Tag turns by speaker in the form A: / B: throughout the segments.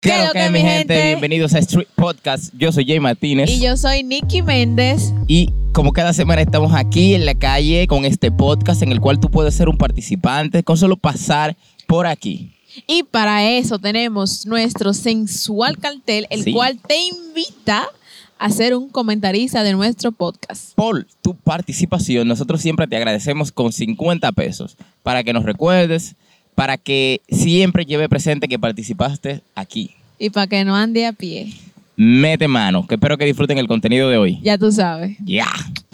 A: Claro que, mi gente, bienvenidos a Street Podcast. Yo soy Jay Martínez.
B: Y yo soy Nicky Méndez.
A: Y como cada semana estamos aquí en la calle con este podcast en el cual tú puedes ser un participante con solo pasar por aquí.
B: Y para eso tenemos nuestro sensual cartel, el
A: Sí.
B: cual te invita a ser un comentarista de nuestro podcast.
A: Por tu participación, nosotros siempre te agradecemos con 50 pesos para que nos recuerdes, para que siempre lleve presente que participaste aquí.
B: Y para que no ande a pie,
A: Mete mano, que espero que disfruten el contenido de hoy.
B: ya tú sabes.
A: Ya.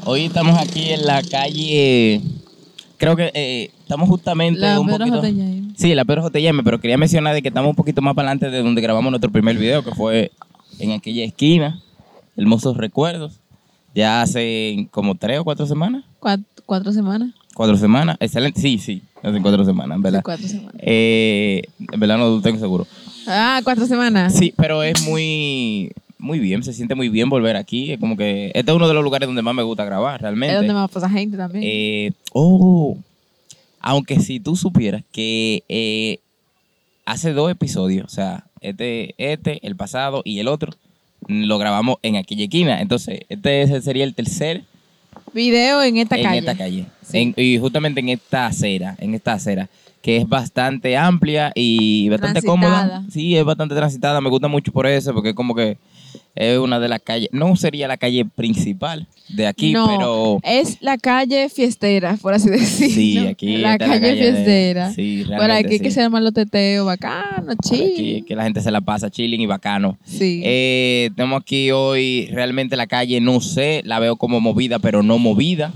A: Hoy estamos aquí en la calle. Creo que eh, estamos justamente
B: La
A: un
B: Pedro ¿eh?
A: poquito.
B: Jotellaime.
A: Sí, la Pedro Jotellame, pero quería mencionar de que estamos un poquito más para adelante de donde grabamos nuestro primer video, que fue en aquella esquina. Hermosos recuerdos. Ya hace como tres o cuatro semanas.
B: Cuat- cuatro semanas.
A: Cuatro semanas. Excelente. Sí, sí. Hace cuatro semanas, en
B: Sí,
A: ¿verdad?
B: cuatro semanas.
A: Eh, en verdad no tengo seguro.
B: Ah, cuatro semanas.
A: Sí, pero es muy, muy bien, se siente muy bien volver aquí. Es como que este es uno de los lugares donde más me gusta grabar, realmente.
B: es donde más pasa gente también.
A: Eh, oh, aunque si tú supieras que eh, hace dos episodios, o sea, este, este, el pasado y el otro, mm, lo grabamos en aquella esquina. Entonces, este es- sería el tercer
B: Video en esta
A: en
B: calle.
A: esta calle.
B: Sí.
A: En- y justamente en esta acera, en esta acera, que es bastante amplia y bastante cómoda.
B: Transitada.
A: Sí, es bastante transitada. Me gusta mucho por eso, porque es como que es una de las calles, no sería la calle principal de aquí,
B: no,
A: pero...
B: es la calle fiestera, por así decirlo.
A: Sí, aquí
B: La
A: está
B: calle,
A: de-
B: fiestera.
A: sí,
B: Por
A: realmente
B: aquí
A: sí.
B: que se llama los teteos, bacano,
A: Por
B: chill.
A: aquí que la gente se la pasa chilling y bacano.
B: Sí.
A: Eh, tenemos aquí hoy realmente la calle, no sé, la veo como movida, pero no movida.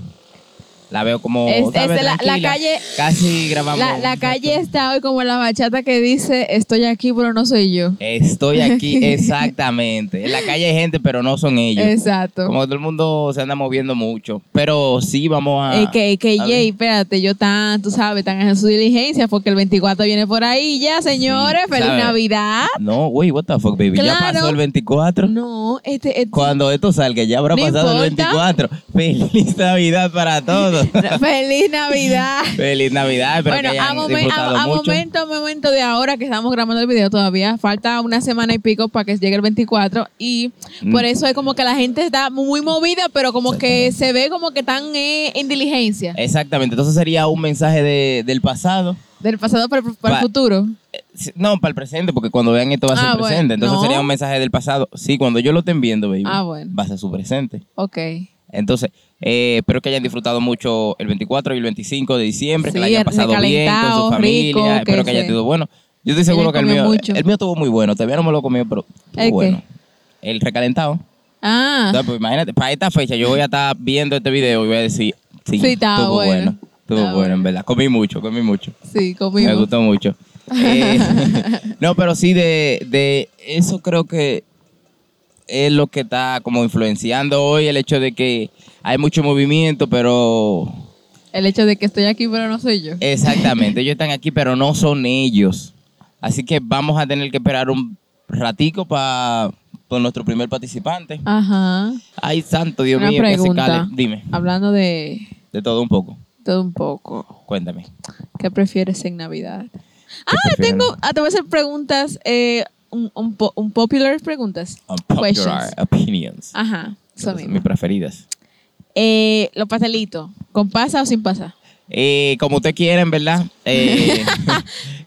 A: La veo como
B: Eh, Es-
A: otra
B: es
A: vez
B: de la- la
A: tranquila.
B: calle-
A: Casi grabamos.
B: la, la
A: un
B: calle
A: rato.
B: está hoy como la bachata que dice, estoy aquí, pero no soy yo.
A: Estoy aquí, exactamente. En la calle hay gente, pero no son ellos.
B: Exacto.
A: Como todo el mundo se anda moviendo mucho. Pero sí, vamos a.
B: Eh, que, que
A: a ver.
B: Jay, espérate, yo tan, tú sabes, tan en su diligencia, porque el 24 viene por ahí ya, señores, feliz
A: ¿sabes?
B: Navidad.
A: No, güey, what the fuck, baby. Ya
B: Claro.
A: pasó el 24.
B: No, este, este-
A: Cuando esto salga, ya habrá
B: No
A: pasado
B: importa.
A: el 24. Feliz Navidad para todos.
B: feliz Navidad.
A: Feliz Navidad, espero
B: bueno,
A: que
B: a,
A: hayan
B: momen-
A: disfrutado
B: a- a
A: mucho.
B: momento, a momento de ahora que estamos grabando el video todavía, falta una semana y pico para que llegue el 24 y
A: Mm.
B: por eso es como que la gente está muy movida, pero como que se ve como que están eh, en diligencia
A: Exactamente, entonces sería un mensaje de- del pasado.
B: del pasado para, el- para
A: Pa-
B: el futuro.
A: Eh, sí, No, para el presente, porque cuando vean esto va a ser
B: Ah, bueno,
A: presente. Entonces
B: no.
A: sería un mensaje del pasado. Sí, cuando yo lo estén viendo, baby,
B: Ah, bueno.
A: va a ser su presente.
B: Ok.
A: Entonces, eh, espero que hayan disfrutado mucho el 24 y el 25 de diciembre, que
B: Sí,
A: la hayan pasado bien con su
B: recalentado,
A: familia.
B: rico, que
A: espero que haya
B: se-
A: sido bueno. Yo estoy seguro que el
B: comido
A: mío,
B: mucho.
A: el mío estuvo muy bueno. Todavía no me lo comí, pero estuvo
B: ¿El qué?
A: bueno. El recalentado.
B: Ah,
A: No, pues imagínate, para esta fecha yo voy a estar viendo este video y voy a decir, sí,
B: Sí, está
A: estuvo
B: bueno.
A: bueno. Estuvo
B: Está
A: bueno, en verdad. Comí mucho, comí mucho.
B: sí,
A: Me
B: conmigo.
A: gustó mucho. Eh, no, pero sí, de, de eso creo que es lo que está como influenciando hoy el hecho de que hay mucho movimiento, pero
B: El hecho de que estoy aquí, pero no soy
A: Eh.
B: yo.
A: exactamente, ellos están aquí, pero no son ellos. Así que vamos a tener que esperar un ratico para nuestro primer participante.
B: Ajá.
A: Ay, santo Dios
B: una
A: mío, que se
B: pregunta.
A: cale. Dime.
B: Hablando de
A: De todo un poco.
B: todo un poco.
A: Cuéntame.
B: ¿Qué prefieres en Navidad?
A: ¿Qué
B: Ah,
A: prefieres?
B: tengo. Ah, te voy a hacer preguntas. Eh, un, un, po- un popular preguntas.
A: Unpopular
B: Questions.
A: opinions.
B: Ajá. Eso
A: Esas son
B: mismo.
A: mis preferidas.
B: Eh, los pastelitos. ¿Con pasa o sin pasa?
A: Eh, como usted quiera, en verdad. Eh,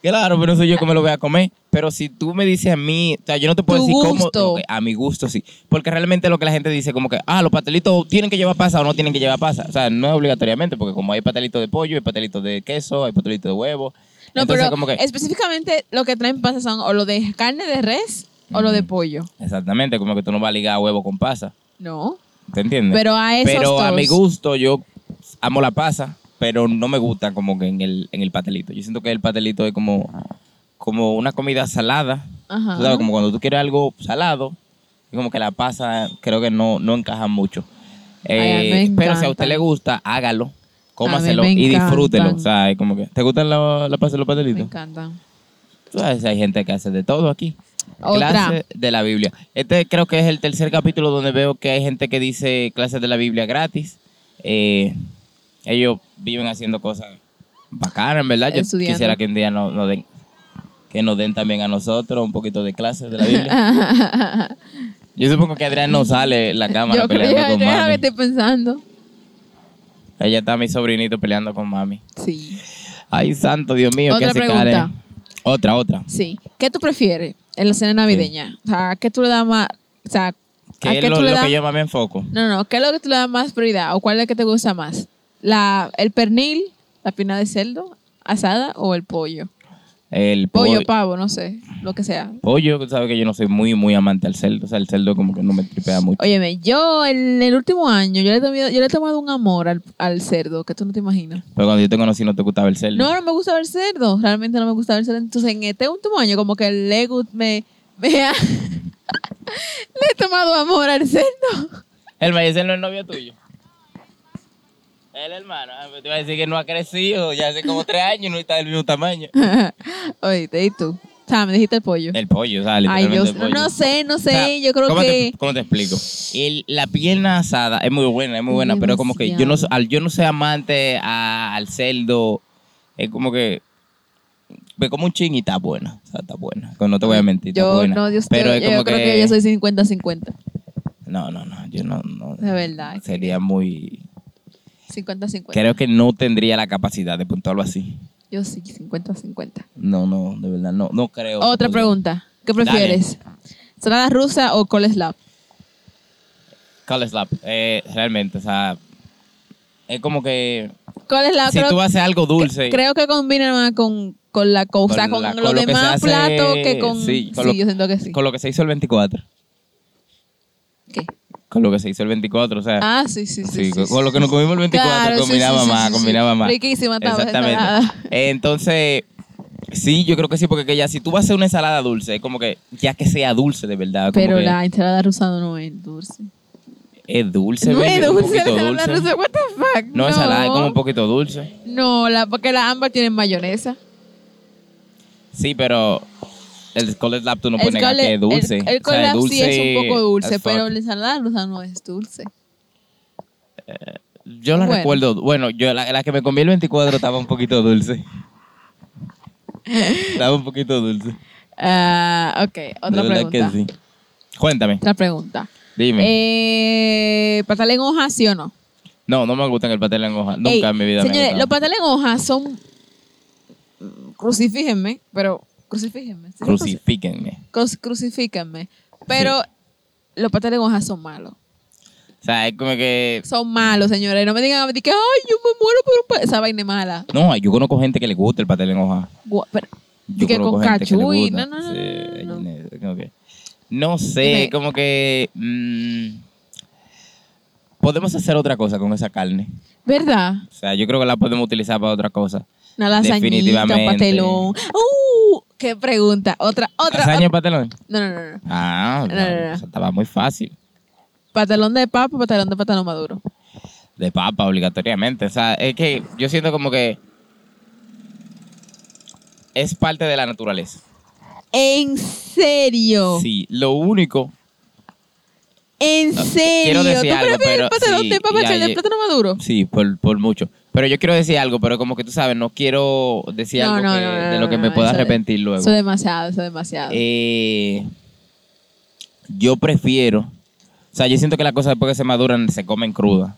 A: claro, pero no soy yo que me lo voy a comer. Pero si tú me dices a mí, o sea, yo no te puedo
B: Tu
A: decir
B: gusto.
A: cómo. ok, a mi gusto, sí. Porque realmente lo que la gente dice, como que, ah, los pastelitos tienen que llevar pasa o no tienen que llevar pasa. O sea, no es obligatoriamente, porque como hay pastelitos de pollo, hay pastelitos de queso, hay pastelitos de huevo.
B: No,
A: Entonces,
B: pero
A: como que.
B: específicamente lo que traen pasa son o lo de carne de res o lo de pollo.
A: Exactamente, como que tú no vas a ligar huevo con pasa.
B: No.
A: ¿Te entiendes?
B: Pero a esos
A: Pero a
B: dos.
A: mi gusto, yo amo la pasa, pero no me gusta como que en el, en el pastelito. Yo siento que el pastelito es como, como una comida salada.
B: Ajá.
A: Tú sabes, como cuando tú quieres algo salado, y como que la pasa creo que no, no encaja mucho.
B: Ay,
A: Eh,
B: a mí me
A: pero si a usted
B: encanta.
A: le gusta, hágalo, cómaselo
B: me
A: y disfrútelo.
B: encantan.
A: O sea, es como que, ¿Te gustan la, la pasa y los
B: Me
A: pastelitos?
B: encantan.
A: Tú sabes, hay gente que hace de todo aquí.
B: Otra.
A: Clase de la Biblia. Este creo que es el tercer capítulo donde veo que hay gente que dice clases de la Biblia gratis. Eh, ellos viven haciendo cosas bacanas, en verdad. Yo
B: Estudiando.
A: quisiera que un día no, no den- que nos den también a nosotros un poquito de clases de la Biblia. Yo supongo que Adrián no sale en la cámara
B: Yo creo
A: peleando
B: yo
A: con
B: creo lo que
A: mami.
B: estoy pensando.
A: Allá está mi sobrinito peleando con mami.
B: Sí.
A: Ay, santo Dios mío,
B: Otra
A: qué hace
B: pregunta.
A: Karen? Otra, otra.
B: Sí. ¿Qué tú prefieres en la cena navideña? O sea, ¿qué tú le das más? O sea, ¿a
A: ¿Qué es lo,
B: tú le
A: lo
B: das?
A: que yo más me enfoco?
B: No, no. ¿Qué es lo que tú le das más prioridad? ¿O cuál es la que te gusta más? ¿La, ¿El pernil, la pina de cerdo, asada o el pollo?
A: El
B: Pollo,
A: pollo.
B: pavo, no sé, lo que sea.
A: Pollo, tú sabes que yo no soy muy, muy amante al cerdo. O sea, el cerdo como que no me tripea mucho.
B: Óyeme, yo en el último año, yo le he tomado, yo le he tomado un amor al, al cerdo, que tú no te imaginas.
A: Pero cuando yo te conocí no te gustaba el cerdo.
B: No, no me gusta ver cerdo, realmente no me gusta ver cerdo. Entonces en este último año como que le, gust- me, me ha- le he tomado amor al cerdo.
A: El maíz no es novio tuyo. El hermano. Ah, pero Te iba a decir que no ha crecido. Ya hace como tres años y no está del mismo tamaño.
B: Oíste, ¿y tú? O sea, me dijiste el pollo.
A: El pollo, o sea,
B: Ay,
A: literalmente
B: Dios,
A: el
B: no,
A: pollo.
B: no sé, no sé,
A: O sea,
B: yo creo
A: ¿cómo
B: que...
A: Te, ¿Cómo te explico? El- la pierna asada es muy buena, es muy buena, pero como que yo no, so- al, yo no soy amante a- al cerdo. Es como que. Me como un ching y está buena. O sea, está buena. No te voy a mentir. está
B: Yo
A: buena.
B: no, Dios,
A: pero
B: yo,
A: es
B: yo
A: como
B: creo que... yo soy 50-50.
A: No, no, no. Yo no. no
B: De verdad.
A: Sería muy.
B: 50-50.
A: Creo que no tendría la capacidad de puntuarlo así.
B: Yo sí, 50-50.
A: No, no, de verdad, no, no creo. que
B: Otra
A: podría.
B: pregunta. ¿Qué
A: Dale.
B: prefieres? ¿Salada rusa o coleslaw?
A: Call slap. Eh, realmente, o sea, es como que
B: Coleslaw
A: si
B: creo,
A: tú haces algo dulce,
B: Ah, creo que combina más con, con la cosa,
A: Con
B: con,
A: la-
B: los
A: con lo que
B: demás
A: se hace-
B: platos que con...
A: sí,
B: Sí,
A: con lo-
B: yo siento que sí.
A: con lo que se hizo el 24,
B: ¿Qué?
A: con lo que se hizo el 24, o sea,
B: Ah, sí, sí, sí.
A: sí,
B: sí,
A: con,
B: sí.
A: con lo que nos comimos el 24
B: Claro, sí,
A: combinaba
B: sí, sí,
A: más,
B: sí, sí.
A: combinaba más.
B: Riquísima estaba esa
A: Exactamente.
B: ensalada.
A: Entonces, sí, yo creo que sí, porque que ya si tú vas a hacer una ensalada dulce, es como que ya que sea dulce de verdad, como
B: Pero
A: que
B: la ensalada rusa no es dulce.
A: es dulce,
B: no
A: baby,
B: es
A: un
B: dulce la
A: poquito
B: ensalada
A: dulce.
B: rusa, what the fuck.
A: No, ensalada, es como un poquito dulce.
B: No, la, porque las ambas tienen mayonesa.
A: Sí, pero el cold slap tú no puedes
B: el
A: negar
B: cole-
A: que es dulce. O
B: El, el
A: sea,
B: coleslaw sí es un poco dulce,
A: as fuck.
B: pero la ensalada rusa no es dulce.
A: Yo la
B: Bueno.
A: recuerdo, bueno, yo la, la que me comí el 24 estaba un poquito dulce. estaba un poquito dulce.
B: Ah, ok, otra
A: De verdad
B: pregunta.
A: que sí. Cuéntame,
B: Otra pregunta.
A: dime.
B: Eh, ¿Patal en hoja, sí o no?
A: no, no me gustan el pastel en hoja. Nunca
B: Ey,
A: en mi vida
B: Señores,
A: me
B: los
A: ha gustado.
B: patanes en hoja son. mm, Crucifíjenme, pero. Crucifíjenme. ¿sí?
A: Crucifíquenme.
B: Cruci- crucifíquenme. Pero los patanes en hoja son malos.
A: O sea, es como que...
B: Son malos, señores. No me digan a mí que, ay, yo me muero por un pa-". Esa vaina es mala.
A: No, yo conozco gente que le gusta el pastel en hoja.
B: Gua- pero-
A: Yo
B: Y que
A: conozco
B: con
A: gente que le
B: cachuy.
A: gusta.
B: No, no, no,
A: Sí,
B: no, no, no.
A: es como que- no sé,
B: Dime.
A: como que... mm, podemos hacer otra cosa con esa carne.
B: ¿Verdad?
A: O sea, yo creo que la podemos utilizar para otra cosa.
B: Una lasañita,
A: Definitivamente.
B: un patelón. ¡Uh! ¡Qué pregunta! Otra, otra.
A: ¿Lasaña
B: otra.
A: y patelón?
B: No, no, no, no.
A: Ah,
B: No,
A: no,
B: no, no.
A: eso estaba muy fácil.
B: Patelón de papa, patelón de plátano maduro.
A: De papa, obligatoriamente. O sea, es que yo siento como que... Es parte de la naturaleza.
B: ¿En serio?
A: Sí, lo único...
B: ¿En serio?
A: quiero decir
B: ¿Tú
A: algo,
B: prefieres
A: pero
B: el pastelón
A: sí,
B: de papa
A: ya
B: que el de
A: lle-
B: plátano maduro?
A: Sí, por, por mucho. Pero yo quiero decir algo, pero como que tú sabes, no quiero decir
B: No,
A: algo
B: no,
A: que-
B: no, no,
A: de lo que
B: no,
A: me
B: no,
A: pueda
B: eso de-
A: arrepentir luego.
B: Eso es demasiado, eso es demasiado.
A: Eh, yo prefiero. O sea, yo siento que las cosas después que se maduran se comen crudas.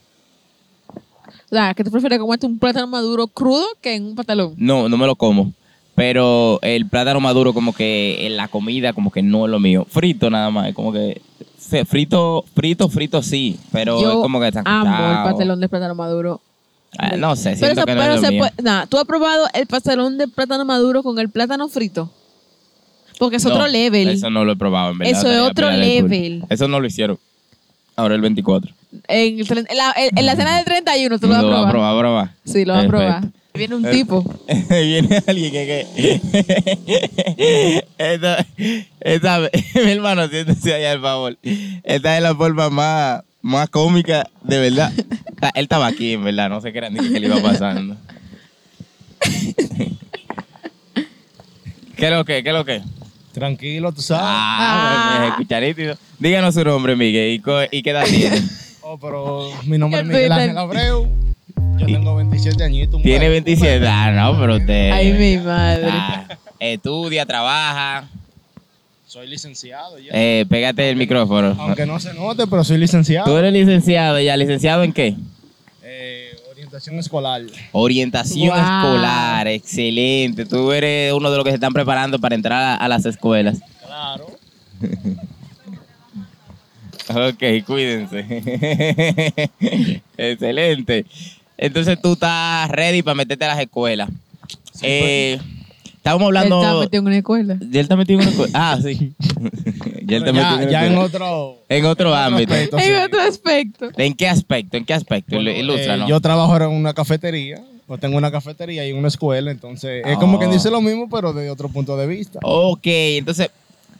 B: o sea, que tú prefieres comerte un plátano maduro crudo que en un patalón.
A: No, no me lo como. Pero el plátano maduro, como que en la comida, como que no es lo mío. Frito nada más, es como que. se- Frito, frito, frito sí, pero es
B: Yo
A: como que está
B: amo el
A: cortado.
B: patalón de plátano maduro.
A: Ah, no sé,
B: Pero,
A: siento
B: se-
A: que no
B: pero pues,
A: es lo
B: se
A: mío.
B: puede- nah, ¿tú has probado el pastelón de plátano maduro con el plátano frito? Porque es
A: No,
B: otro level.
A: Eso no lo he probado, en verdad.
B: Eso es
A: estaría
B: otro
A: pila de cool.
B: level.
A: Eso no lo hicieron. Ahora el 24.
B: En, el tren- en la, en- en la cena del 31, tú lo vas a
A: va
B: probar.
A: a probar, probar.
B: Sí, lo vas a
A: Perfecto.
B: probar. Viene un tipo.
A: Viene alguien que... que esta, esta- mi hermano, siéntese allá, por favor. Esta es la forma más, más cómica, de verdad. Ta- Él estaba aquí, en verdad. No sé qué era ni qué le iba pasando. ¿Qué es lo que? ¿Qué es lo que?
C: Tranquilo, tú sabes.
A: Ah,
B: Ah.
A: me escucha nítido. Díganos su nombre, Miguel, y, co- y qué edad tiene.
C: Oh, pero mi nombre es
B: El
C: Miguel
B: Twitter.
C: Ángel Abreu. Yo tengo 27 añitos. un
A: tiene
C: mujer.
A: 27. Ah, no, pero usted.
B: Ay, mi madre.
A: Ah, Estudia, trabaja.
C: Soy licenciado ya.
A: Eh, pégate el micrófono.
C: Aunque no se note, pero soy licenciado.
A: Tú eres licenciado ya. ¿Licenciado en qué?
C: Eh, orientación escolar.
A: Orientación
B: Wow.
A: escolar. Excelente. Tú eres uno de los que se están preparando para entrar a, a las escuelas.
C: Claro.
A: Ok, cuídense. Excelente. Entonces tú estás ready para meterte a las escuelas. Eh, estábamos hablando.
B: Él está metido en una escuela.
A: Ya él está metido en una escuela. Ah, sí. ya él está metido
C: ya,
A: en,
C: ya en
A: una escuela.
C: otro.
A: en otro ámbito.
C: aspecto, sí.
B: en otro aspecto.
A: ¿En qué aspecto? ¿En qué aspecto?
C: Bueno,
A: Ilu-
C: eh,
A: Ilústranos.
C: Yo trabajo ahora en una cafetería. Pues tengo una cafetería y una escuela, entonces es como
A: Ah. Oh.
C: quien dice lo mismo, pero de otro punto de vista.
A: Ok, entonces,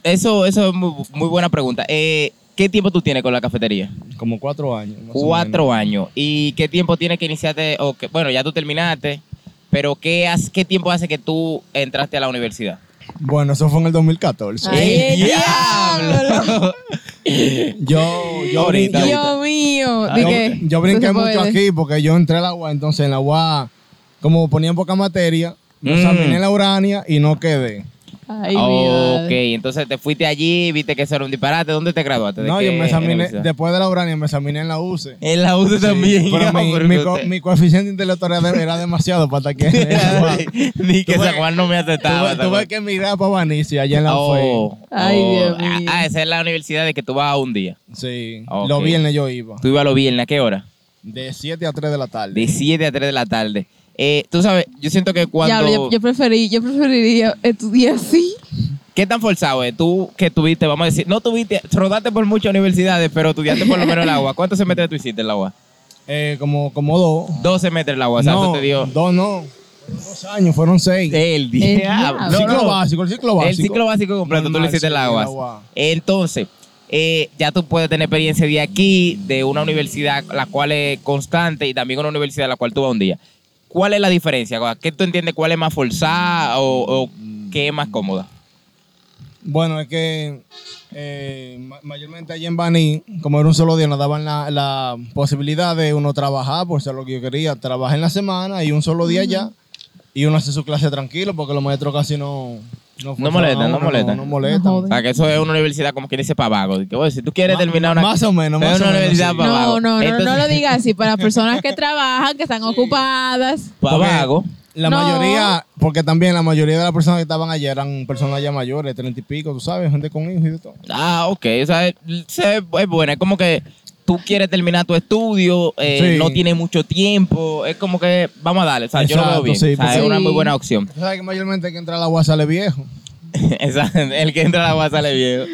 A: eso, eso es muy, muy buena pregunta. Eh, ¿Qué tiempo tú tienes con la cafetería?
C: Como cuatro años. más o
A: Cuatro años. ¿Y qué tiempo tienes que iniciarte? O que, bueno, ya tú terminaste, pero ¿qué, has- ¿qué tiempo hace que tú entraste a la universidad?
C: menos. Bueno, eso fue en el 2014.
B: Ay,
A: ¡Eh,
B: el diablo!
C: Yo, yo,
A: Ahorita,
C: brin-
B: Dios mío.
A: Ah,
B: di
C: yo-
B: que-
C: yo brinqué
B: se
C: mucho
B: puede.
C: aquí porque yo entré al agua, entonces en la agua, como ponían poca materia, me
A: Mm.
C: examiné la urania y no quedé.
B: Ay, mi
A: ok,
B: madre.
A: entonces te fuiste allí, viste que eso era un disparate. ¿Dónde te graduaste? ¿De
C: No,
A: qué
C: yo me examiné,
A: universidad?
C: después de la urania me examiné en la UCE.
A: En la UCE también.
C: Pero mi,
A: Porque
C: mi co- eh,
A: usted-
C: mi coeficiente intelectual era- era demasiado para estar aquí. en la UAS.
A: Ni que
C: Tuve-
A: San Juan no me aceptaba.
C: tuve,
A: San Juan.
C: tuve que emigrar para Vanicia, allá en la UFE.
A: Oh,
B: Ay,
A: oh.
B: Dios
A: Ah,
B: mío.
A: Ah, esa es la universidad de que tú vas un día.
C: Sí,
A: Ok.
C: los viernes yo iba.
A: Tú ibas los viernes, ¿a qué hora?
C: De 7 a 3 de la tarde.
A: De 7 a 3 de la tarde. Eh, tú sabes, yo siento que cuando...
B: Diablo, yo, yo preferí, yo preferiría estudiar así.
A: ¿Qué tan forzado es? Tú que tuviste, vamos a decir, no tuviste, rodaste por muchas universidades, pero estudiaste por lo menos el agua. ¿Cuántos semestres tú hiciste el agua?
C: Eh, como, como dos.
A: 12 metros el agua, o sea,
C: no,
A: eso Pues, te dio...
C: dos no. Fueron Dos años, fueron seis.
A: El
B: El
A: diablo.
B: diablo.
A: No,
C: ciclo
A: no,
C: básico, el ciclo básico.
A: El ciclo básico completo, tú
C: Normal,
A: le hiciste el
C: sí, el
A: agua.
C: agua.
A: Entonces, eh, ya tú puedes tener experiencia de aquí, de una universidad la cual es constante y también una universidad a la cual tú vas un día. ¿Cuál es la diferencia? ¿Qué tú entiendes? ¿Cuál es más forzada o, o qué es más cómoda?
C: Bueno, es que eh, ma- mayormente allá en Baní, como era un solo día, nos daban la, la posibilidad de uno trabajar, por ser lo que yo quería. Trabajé en la semana y un solo día allá. Y uno hace su clase tranquilo porque los maestros casi no... No, forzaban
A: molestan,
C: a
A: no molestan.
C: No,
B: No
C: molestan.
A: O
B: joden.
A: sea, que eso es una universidad como quien dice para vago. De que, oye, Si tú quieres
C: Ma-
A: terminar una...
C: Más o menos,
A: Es
C: más
A: una
C: o menos.
A: universidad
C: sí.
A: pa-
B: No,
A: vago.
B: no, no, no
A: Entonces-
B: lo digas así. Para personas que trabajan, que están ocupadas.
A: Para
C: Porque
A: vago.
C: La
B: No.
C: mayoría, porque también la mayoría de las personas que estaban allá eran personas ya mayores, treinta y pico, tú sabes, gente con hijos y de todo.
A: Ah, ok. O sea, es, se- es buena. Es como que tú quieres terminar tu estudio, eh,
C: Sí.
A: no tienes mucho tiempo. Es como que vamos a darle. O sea, yo lo veo
C: Exacto,
A: bien.
C: sí,
A: O sea,
B: pues
A: es una
B: sí.
A: muy buena opción.
C: Tú sabes que mayormente el que entra a la UAS sale viejo.
A: Exacto. El que entra a la UAS sale viejo.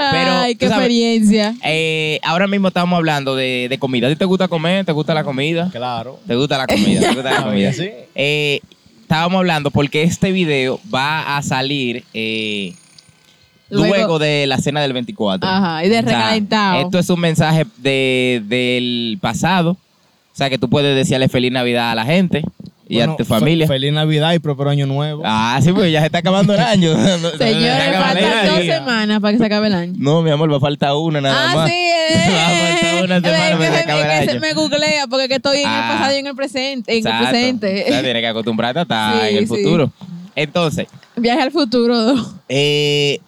B: Ay,
A: tú
B: qué
A: sabes-
B: experiencia.
A: Eh, ahora mismo estamos hablando de, de comida. ¿A ti te gusta comer? ¿Te gusta la comida?
C: Claro.
A: ¿Te gusta la comida? ¿Te gusta la
C: Claro
A: comida?
C: que sí.
A: Eh, estábamos hablando porque este video va a salir eh, luego,
B: Luego-
A: de la cena del 24.
B: Ajá, y de
A: O sea,
B: recalentado.
A: esto es un mensaje de, del pasado. O sea, que tú puedes decirle feliz Navidad a la gente y a
C: Bueno,
A: tu familia.
C: fe- feliz Navidad y próspero año nuevo.
A: Ah, sí, porque ya se está acabando el año.
B: Señores,
A: Se acaba el
B: faltan
A: año.
B: dos semanas para que se acabe el año.
A: No, mi amor, va a faltar una nada
B: Ah,
A: más.
B: sí.
A: Va a faltar una
B: eh,
A: semana
B: eh,
A: para que se
B: eh,
A: acabe el
B: que se-
A: año.
B: Me googlea porque que estoy en
A: Ah.
B: el pasado y en el presente. En el
A: Exacto. O sea,
B: presente.
A: tienes que acostumbrarte a estar
B: Sí,
A: en el
B: sí.
A: futuro. Entonces,
B: Viaje al futuro. dos.
A: eh,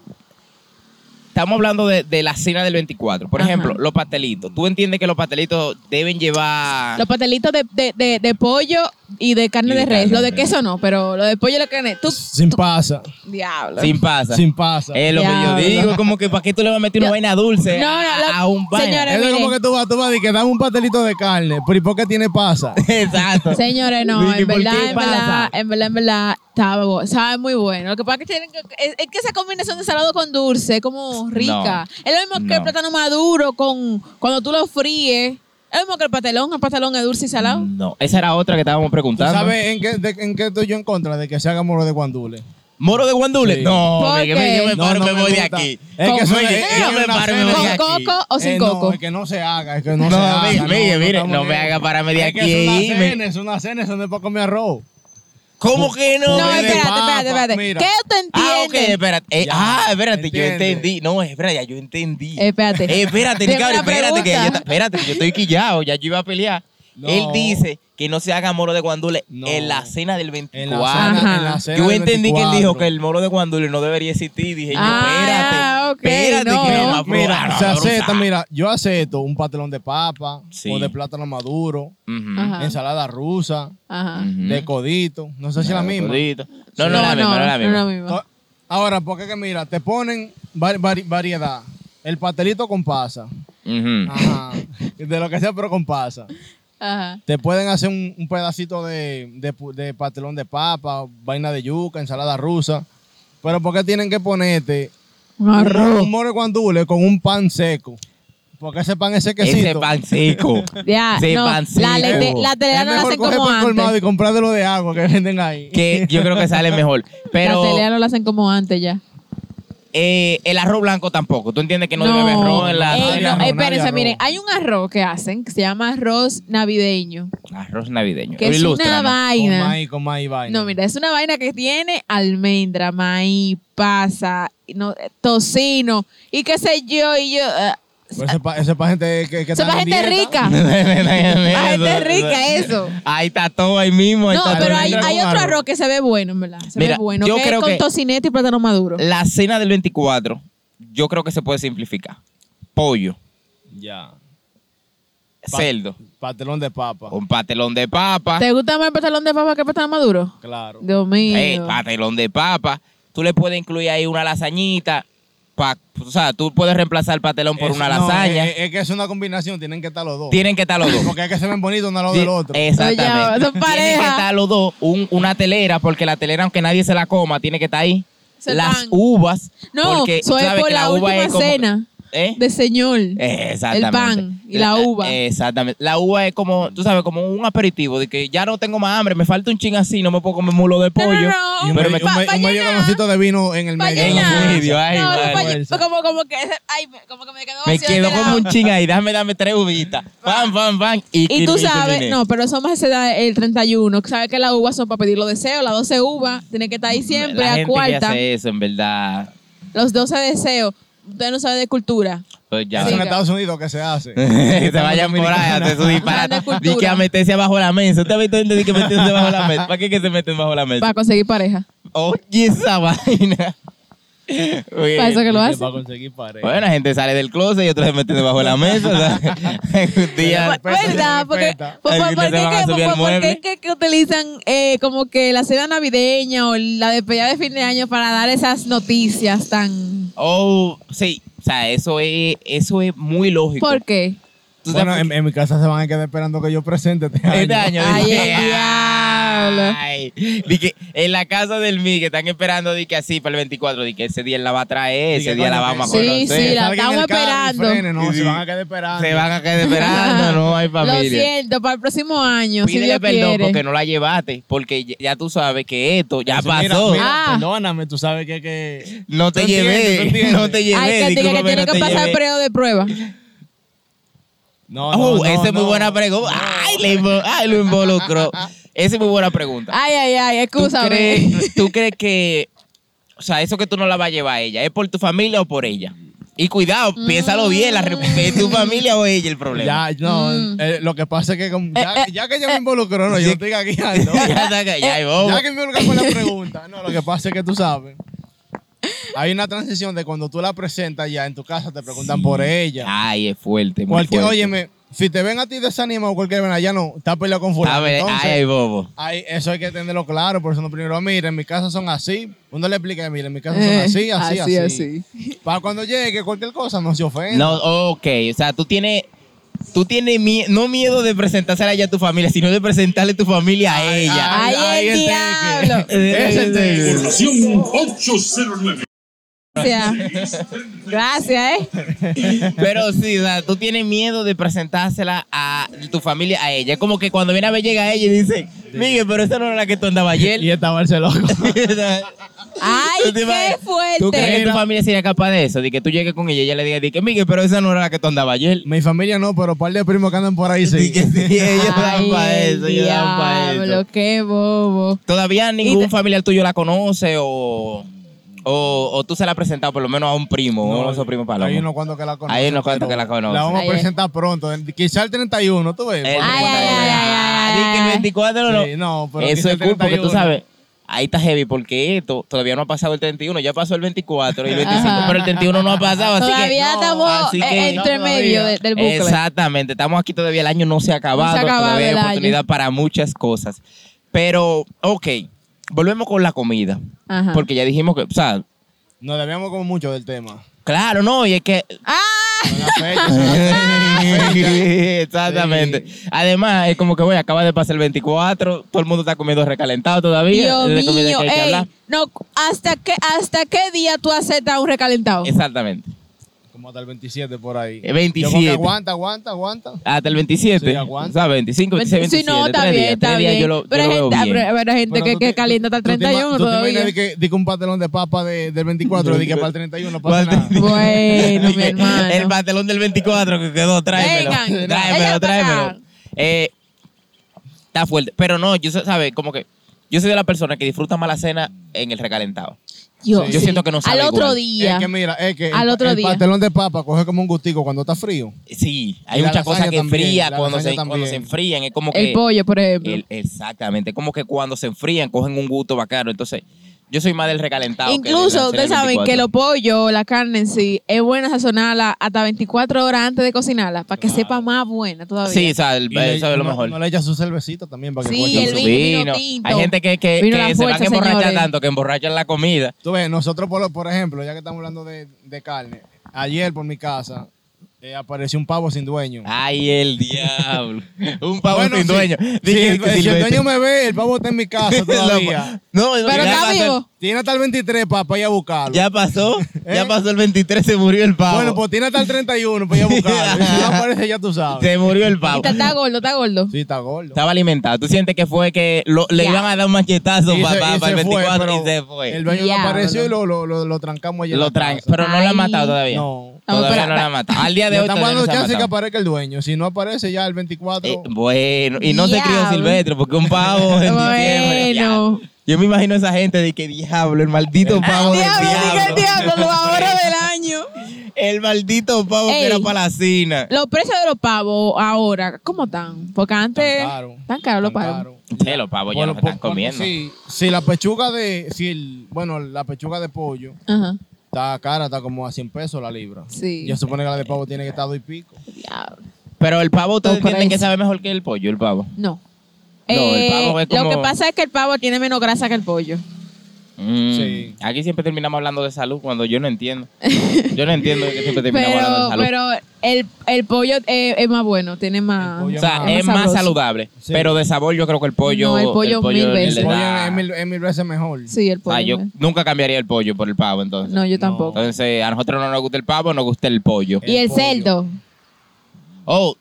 A: estamos hablando de, de la cena del 24. Por
B: Ajá.
A: ejemplo, los pastelitos. ¿Tú entiendes que los pastelitos deben llevar...
B: Los pastelitos de, de, de, de pollo y de carne
A: Ah. Y de
B: de res.
A: carne
B: Lo
A: de
B: de
A: res.
B: queso no, pero lo de pollo y la carne. Tú,
C: Sin pasa.
B: diablo.
A: sin pasa? Eh,
C: Sin pasa.
A: Es lo que yo
B: Diablo.
A: digo, como que ¿para qué tú le vas a meter una
B: Yo-
A: vaina dulce
B: No, no,
A: a-
B: lo-
A: a un vaina?
B: señores.
C: es
B: miren.
C: como que tú vas, tú vas y que dame un pastelito de carne. ¿Pero y por qué tiene pasa?
A: Exacto.
B: Señores, no,
A: Dije,
B: en
A: ¿por
B: verdad,
A: qué
B: en verdad,
A: pasa?
B: en verdad, en verdad, estaba bu- sabe muy bueno. Lo que pasa es que, tienen que- es, es que esa combinación de salado con dulce es como rica. es lo mismo que el
A: no.
B: plátano maduro con cuando tú lo fríes. Es lo mismo que el pastelón, el pastelón es dulce y salado.
A: No, esa era otra que estábamos
C: ¿Tú
A: preguntando.
C: sabes en qué, de- en qué estoy yo en contra? De que se haga moro de guandule.
A: ¿Moro de guandule?
C: Sí.
A: No,
B: ¿Por
A: me- que me- yo me
B: qué?
A: paro y
C: No, no
A: me
C: me Eh,
A: voy de
C: gusta.
A: aquí.
C: Es que eso
A: Oye,
C: es- es
A: yo me
C: una
A: paro y me
C: cena.
A: voy
B: ¿Con
A: de aquí.
B: coco o sin
C: Eh, no,
B: coco?
C: es que no se haga, es que
A: No,
C: no, se haga.
A: mire, mire, mire,
C: estamos
A: no me
C: bien.
A: haga pararme de
C: Es que
A: aquí e
C: Es
A: irme.
C: una cena, es una cena, eso no es para comer arroz.
A: ¿Cómo que no?
B: No,
C: es
A: Mire,
C: de
B: espérate,
C: papa,
B: espérate, espérate.
C: mira.
B: ¿Qué te entiendes?
A: Ah, ok, espérate. Eh,
C: Ya,
A: ah, espérate, yo
C: entiende.
A: entendí. No, espera, ya yo entendí.
B: Espérate.
A: Eh, espérate,
B: Tengo
A: Ricardo,
B: una
A: espérate, que ya yo,
B: pregunta.
A: espérate, que yo estoy quillado, ya yo iba a pelear.
C: No.
A: Él dice que no se haga moro de guandule
C: No.
A: en la cena del 24.
C: En la cena,
B: Ajá.
C: en la cena
A: Yo
C: del
A: entendí que él dijo
C: 24.
A: que el moro de guandule no debería existir. Y dije, yo, espérate,
B: Ah, ok,
A: espérate,
B: no.
A: que me va a
C: Mira,
A: probar, me
C: se
A: va a
C: acepta,
A: abrazar.
C: mira, yo acepto un pastelón de papa
A: Sí.
C: o de plátano maduro,
A: Ujú.
B: Ajá.
C: ensalada rusa,
B: Ajá.
A: Ujú.
C: de codito, no sé si es la misma.
A: Codito. Mm. No, no, la misma, no la misma.
B: No, la misma.
C: To- Ahora, porque que mira, te ponen vari- vari- variedad. El pastelito con pasa.
A: Ujú.
C: Ajá. de lo que sea, pero con pasa.
B: Ajá.
C: Te pueden hacer un, un pedacito de, de, pu- de pastelón de papa, vaina de yuca, ensalada rusa. Pero ¿por qué tienen que ponerte
B: Un
C: un,
B: arroz.
C: un moro guandule con un pan seco? Porque ese pan es sequecito.
A: Ese pan seco.
B: Ya,
A: Ese
B: no,
A: pan seco.
B: la, lete- la telera
C: es
B: no la
C: mejor
B: hacen
C: coger
B: como
C: por colmado
B: antes.
C: y comprar de lo de agua que venden ahí.
A: que yo creo que sale mejor. Pero
B: La telera no la hacen como antes ya.
A: eh, el arroz blanco tampoco. ¿Tú entiendes que no, debe haber arroz en la
B: Ey,
C: Nadie
B: no,
A: cena?
C: arroz,
B: espérense,
C: nadie
B: miren,
C: arroz.
B: hay un arroz que hacen que se llama arroz navideño,
A: Arroz navideño.
B: que es una
A: Ilústranos.
C: Con
A: Oh
B: vaina.
C: maíz, con maíz, vaina.
B: No, mira, es una vaina que tiene almendra, maíz, pasa, no, eh, tocino y qué sé yo. Y yo eh,
C: Pero ese pa- ese pa' gente que, que
B: eso
C: está
B: para
C: en
B: gente
C: dieta.
B: rica. Para gente rica, eso.
A: Ahí está todo ahí mismo. ahí
B: No,
A: está
B: pero
A: todo.
B: hay,
C: almendra
B: hay
C: con
B: otro
C: arroz.
B: arroz que se ve bueno, en ¿verdad? Se
A: Mira,
B: ve bueno.
A: yo
B: que es
A: creo
B: con
A: que-
B: tocineta y plátano maduro.
A: La cena del 24, yo creo que se puede simplificar. Pollo,
C: Ya. Pa-
A: cerdo,
C: Pastelón de papa.
A: un patelón de papa.
B: ¿Te gusta más el pastelón de papa que el pastelón maduro?
C: Claro.
B: Dios mío.
A: Eh, patelón de papa. Tú le puedes incluir ahí una lasañita. pa- o sea, tú puedes reemplazar el patelón por
C: Eso-
A: una
C: no, eh,
A: lasaña.
C: es, es que es una combinación, tienen que estar los dos.
A: Tienen que estar los dos.
C: Porque es que se ven bonitos uno al lado del otro.
B: Oye,
A: Exactamente.
B: son
A: Tienen que
B: pareja.
A: estar los dos, un- una telera, porque la telera, aunque nadie se la coma, tiene que estar ahí.
B: Se
A: Las
B: están-
A: uvas.
B: no,
A: porque tú
B: eso es
A: sabes
B: por
A: que
B: la,
A: uva
B: última
A: es como-
B: cena
A: ¿Eh?
B: de señor.
A: Exactamente.
B: El pan y la uva.
A: Exactamente. La uva es como, tú sabes, como un aperitivo de que ya no tengo más hambre, me falta un ching así, no me puedo comer mulo de
B: No, no,
A: pollo.
B: no.
C: Y un,
A: Pero
C: medio-
A: me-
C: un me-
B: Pa-
C: un medio
B: pa' llenar.
C: galoncito de vino en el
B: Pa'
C: medio.
A: llenar.
C: En el medio.
A: ay,
B: No, no,
A: vale.
B: pa'
C: Fuerza.
B: como, como que ay, como que me quedó
A: Me
B: vacío de
A: quedo
B: este
A: como un
B: lado.
A: ching ahí, dame, dame tres uvitas. Pam, pam, pam. Y,
B: y tú
A: terminé.
B: sabes, no, pero eso más se da el 31. Sabes que las uvas son para pedir los deseos, las 12 uvas, tiene que estar ahí
A: La
B: siempre, a
A: gente que
B: cuarta,
A: hace eso, en verdad.
B: los 12 deseos. Usted no sabe de cultura.
A: Pues ya.
C: Eso en
B: Sí.
C: Estados Unidos que se hace.
A: se vayan por ahí a hacer su
B: Grande
A: disparate.
B: cultura.
A: Di que a meterse abajo la mesa. ¿Usted ha visto gente di que meterse bajo la mesa? ¿Para qué que se meten bajo la mesa?
B: Para conseguir pareja.
A: Oye, esa vaina. Oye,
B: Para eso que lo hace.
C: Para conseguir pareja.
A: Bueno, la gente sale del closet y otra se mete debajo de la mesa. o sea, un día-
C: Respeta, se
B: Pues, ¿Verdad? Porque,
C: respeta.
B: por- por-
A: Ay, que
B: ¿por
A: se
B: qué
A: van a
B: que-
A: subir al
B: por- por qué
A: mueble.
B: que- que utilizan eh, como que la cena navideña o la despedida de fin de año para dar esas noticias tan...
A: Oh, sí. O sea, eso es, eso es muy lógico.
B: ¿Por qué?
A: Tú
C: Bueno,
A: sabes-
C: en, en mi casa se van a quedar esperando que yo presente este año.
A: este año
B: Ay,
A: dije,
B: el diablo.
A: ay. Dije, en la casa del mí que están esperando di que así para el 24, di que ese día él la va a traer,
C: Di que
A: ese día la
C: coño,
A: vamos a
B: que- Sí,
A: conocer.
B: sí, la
C: Salgan
B: estamos
C: del carro y
B: esperando.
C: frenen, no,
A: Sí,
C: Se
A: sí.
C: van a quedar esperando.
A: Se van a quedar esperando, no hay
B: Lo
A: familia.
B: siento, para el próximo año, si
A: Pídele
B: Dios
A: perdón
B: quiere.
A: porque no la llevaste, porque ya- ya tú sabes que esto ya
C: Sí, mira,
A: pasó.
C: mira,
B: Ah.
C: Perdóname, tú sabes que... que
A: no te
C: tú entiendes, tú
A: llevé,
C: entiendes.
A: no te llevé.
B: Ay, que tiene que,
A: discúlpame,
B: tiene
A: no
B: que
A: te
B: pasar el
A: llevé.
B: periodo de prueba.
C: No,
A: Oh,
C: no, no,
A: esa es muy
C: no.
A: buena pregunta. Ay, le invo- ay, lo involucró. Esa es muy buena pregunta.
B: Ay, ay, ay,
A: ¿Tú
B: excúsame.
A: crees, tú crees que, o sea, eso que tú no la vas a llevar a ella, es por tu familia o por ella? Y cuidado, piénsalo bien, la,
B: Mm.
A: re- ¿es tu familia o ella el problema?
C: Ya, no, eh, lo que pasa es que como-
B: Eh,
C: ya, ya que yo me involucro, no, yo no estoy guiando.
A: Ya, está que- ya, y vos-
C: Ya que me involucro con la pregunta, no, lo que pasa es que tú sabes, hay una transición de cuando tú la presentas ya en tu casa, te preguntan por ella.
A: Ay, es fuerte, muy
C: Cualquier,
A: fuerte.
C: óyeme, si te ven a ti desanimado, cualquier vena, ya no, está peleado con
A: A
C: fulano.
A: ver,
C: Entonces,
A: ay, ay, bobo.
C: hay- eso hay que tenerlo claro, por eso no primero, mira, en mi casa son así. Uno le explica, mira, en mi casa son
B: Eh,
C: así, así,
B: así,
C: así. Para cuando llegue cualquier cosa, no se ofenda.
A: No, ok, o sea, tú tienes, tú tienes mie- no miedo de presentársela ella a tu familia, sino de presentarle tu familia a ella.
B: Ay,
C: Ahí
B: el
C: está, que-
B: diablo.
C: Ese es el tema.
D: Población 809.
B: Gracias. Gracias, ¿eh?
A: Pero sí, o sea, tú tienes miedo de presentársela a tu familia a ella. Es como que cuando viene a ver, llega ella y dice, Miguel, pero esa no era la que tú andabas ayer.
C: Y esta Barcelona.
B: Ay,
A: ¿Tú te
B: qué
A: imaginas? ¿Tú crees
B: fuerte.
A: que tu familia sería capaz de eso? De que tú llegues con ella y ella le diga, di que Miguel, pero esa no era la que tú andabas ayer.
C: Mi familia no, pero un par de primos que andan por ahí
A: Di
C: sí.
A: que sí, ellos dan
B: Ay,
A: para eso,
B: el
A: ellos dan para eso.
B: diablo, qué bobo.
A: Todavía
B: Y
A: ningún
B: te-
A: familiar tuyo la conoce o, o O, o tú se la has presentado por lo menos a un primo, uno de esos primos palomos.
C: Hay unos cuantos que la conocen.
A: Hay unos cuantos
C: pero
A: que la conocen.
C: La vamos
B: Ahí
C: a
B: es.
C: presentar pronto. en- Quizá el 31, tú ves.
A: El
B: Ay, ay,
A: 31.
B: ay, ay, ay, ay,
A: Di que el
B: ay.
A: 24 no.
C: Sí, no, pero
A: Eso
C: quizá
A: es
C: el
A: cool porque tú
C: 31.
A: sabes. Ahí está heavy porque esto todavía no ha pasado el 31, ya pasó el 24 y el 25,
B: Ajá.
A: pero el 31 no ha pasado. Así
B: Todavía
A: que,
B: estamos
A: así
B: eh,
A: que-
B: entre
C: No,
B: medio
C: todavía.
B: de- del bucle.
A: Exactamente, estamos aquí todavía, el año no se ha acabado,
B: acabado
A: todavía hay
B: el año.
A: oportunidad para muchas cosas. Pero, ok, volvemos con la comida,
B: Ajá.
A: porque ya dijimos que, o sea,
C: Nos debíamos como mucho del tema.
A: claro, no, y es que...
B: ¡Ah!
C: Con la fecha, con la fecha.
A: Exactamente. Además, es como que, voy, acaba de pasar el 24, todo el mundo está comiendo recalentado todavía.
B: Dios
A: es de comida que
B: mío,
A: hay que
B: ey,
A: hablar.
B: no, ¿hasta qué, ¿hasta qué día tú aceptas un recalentado?
A: Exactamente.
C: Como hasta el 27 por ahí.
A: Eh, 27.
C: Yo creo que aguanta, aguanta, aguanta.
A: Hasta el 27.
C: Sí, aguanta.
A: o sea, 25, 26, 27.
B: sí, no, está
A: tres
B: bien,
A: días,
B: está
A: tres días
B: bien.
A: yo lo, yo
B: pero,
A: lo
B: hay
A: veo
B: gente, ah,
A: bien.
B: pero- pero hay gente
C: Bueno,
B: que,
C: tú
B: que
C: te-
B: calienta hasta el
C: tú te ima-
B: 31
C: ¿Tú te
B: todavía.
C: imaginas de que, de que un pastelón de papa de- del 24 de que para el 31 no pasa
A: Pate-
C: nada?
B: Bueno, mi hermano.
A: El pastelón del 24 que quedó, tráemelo.
B: Vengan,
A: tráemelo,
B: vengan para
A: tráemelo.
B: acá.
A: Eh, está fuerte. Pero no, yo sé- sabe, como que yo soy de la persona que disfruta más la cena en el recalentado.
B: Yo,
A: Yo siento que no sabe
B: Al otro
A: igual.
B: día.
C: Es que mira, es que
B: Al
C: el,
B: otro
C: el
B: día.
C: pastelón de papa coge como un gustico cuando está frío.
A: Sí, hay
C: Y la
A: muchas cosas
C: lasaña
A: que
C: también,
A: enfrían
C: la
A: cuando se,
C: lasaña
A: cuando se
C: también.
A: enfrían. Es como que.
B: el pollo, por ejemplo.
A: el- exactamente. Es como que cuando se enfrían cogen un gusto bacano. Entonces, yo soy más del recalentado. que de la cena
B: Incluso,
A: del
B: ustedes saben
A: 24.
B: que los pollos, la carne en sí, es buena sazonarla hasta 24 horas antes de cocinarla para que
C: Ah.
B: sepa más buena todavía.
A: Sí, o sea, el-
C: Y le-
A: eso es lo
C: no-
A: mejor.
C: No le echa su cervecita también para que
B: Sí,
C: cueste
B: el
A: Su
C: su-
B: vino, vino tinto.
A: Hay gente que, que-
B: Vino
A: que
B: a la
A: se va
B: fuerza,
A: que emborracha
B: señores.
A: tanto, que emborrachan la comida.
C: Tú ves, nosotros, por, lo- por ejemplo, ya que estamos hablando de, de carne, ayer por mi casa eh, apareció un pavo sin dueño.
A: Ay, el diablo. Ah, Un pavo
C: Bueno,
A: sin
C: sí.
A: dueño.
C: Sí,
A: Dije
C: el-
A: que
C: si el
A: Silvestre.
C: dueño me ve, el pavo está en mi casa todavía.
A: No, no,
B: Pero
A: ya
B: está
A: pasó-
B: vivo.
C: Tiene hasta el 23 para, ir a buscarlo.
A: Ya pasó. Ya
C: ¿Eh?
A: pasó el 23, se murió el pavo.
C: bueno, pues tiene hasta el 31 para ir a buscarlo. Y si no aparece, ya tú sabes.
A: Se murió el
B: Y
A: pavo.
B: está, está gordo, está gordo.
C: Sí, está gordo.
A: Estaba alimentado. ¿Tú sientes que fue que lo- le
B: Ya.
A: iban a dar un machetazo
C: Y
A: para
C: se- y se
A: el
C: fue,
A: 24
C: pero
A: y se fue?
C: El dueño
B: Diablo.
C: no apareció y lo, lo, lo, lo trancamos ayer. en
A: Lo
C: la
A: tran-
C: casa.
A: Pero no lo ha
B: Ay.
A: matado todavía.
C: No.
A: Todavía
B: Estamos-
A: no lo ha matado. Al día de
C: Le
A: hoy
C: estamos
A: todavía
C: dando
A: no se ha
C: chance que
A: matado.
C: aparezca el dueño. Si no aparece ya el 24.
A: Eh, bueno, y no se crió
B: Diablo.
A: Silvestre porque un pavo en diciembre.
B: Bueno. Ah,
A: ya. Yo me imagino a esa gente de que diablo, el maldito pavo del
B: Diablo, dije el
A: diablo.
B: diablo, lo ahora del año.
A: El maldito pavo que
B: Ey.
A: era para la cena.
B: Los precios de los pavos ahora, ¿cómo están? Porque antes.
C: Tan caro.
B: Tan caros los
C: tan
B: pavos.
C: caro.
A: Sí, los pavos ya no
C: Bueno,
A: se están
C: por- por-
A: comiendo.
C: Sí, sí, la pechuga de. sí, el- bueno, la pechuga de pollo
B: Ajá.
C: está cara, está como a 100 pesos la libra.
B: Sí.
C: Yo supone que la de pavo tiene que estar a dos y pico.
B: Diablo.
A: Pero el pavo ustedes
B: Por
A: entienden que
B: eso.
A: sabe mejor que el pollo, el pavo.
B: No. Eh,
A: No, el pavo es como-
B: Lo que pasa es que el pavo tiene menos grasa que el pollo.
A: Mm,
C: Sí.
A: Aquí siempre terminamos hablando de salud cuando yo no entiendo. Yo no entiendo que siempre terminamos hablando
B: Pero,
A: de salud.
B: pero el, el pollo eh, es más bueno, tiene más.
C: El pollo
A: o sea,
C: Es
A: es más
B: sabroso.
A: saludable,
C: Sí.
A: pero de sabor yo creo que el pollo...
B: No, el pollo mil
A: le
B: veces.
A: da-
C: El pollo es mil, es mil veces mejor.
B: Sí, el
A: O
B: pollo.
A: sea, Ah, yo
B: es-
A: nunca cambiaría el pollo por el pavo, entonces.
B: No, yo tampoco.
A: Entonces, a nosotros no nos gusta el pavo, nos gusta el pollo.
B: y el
C: pollo.
B: cerdo.
A: Oh,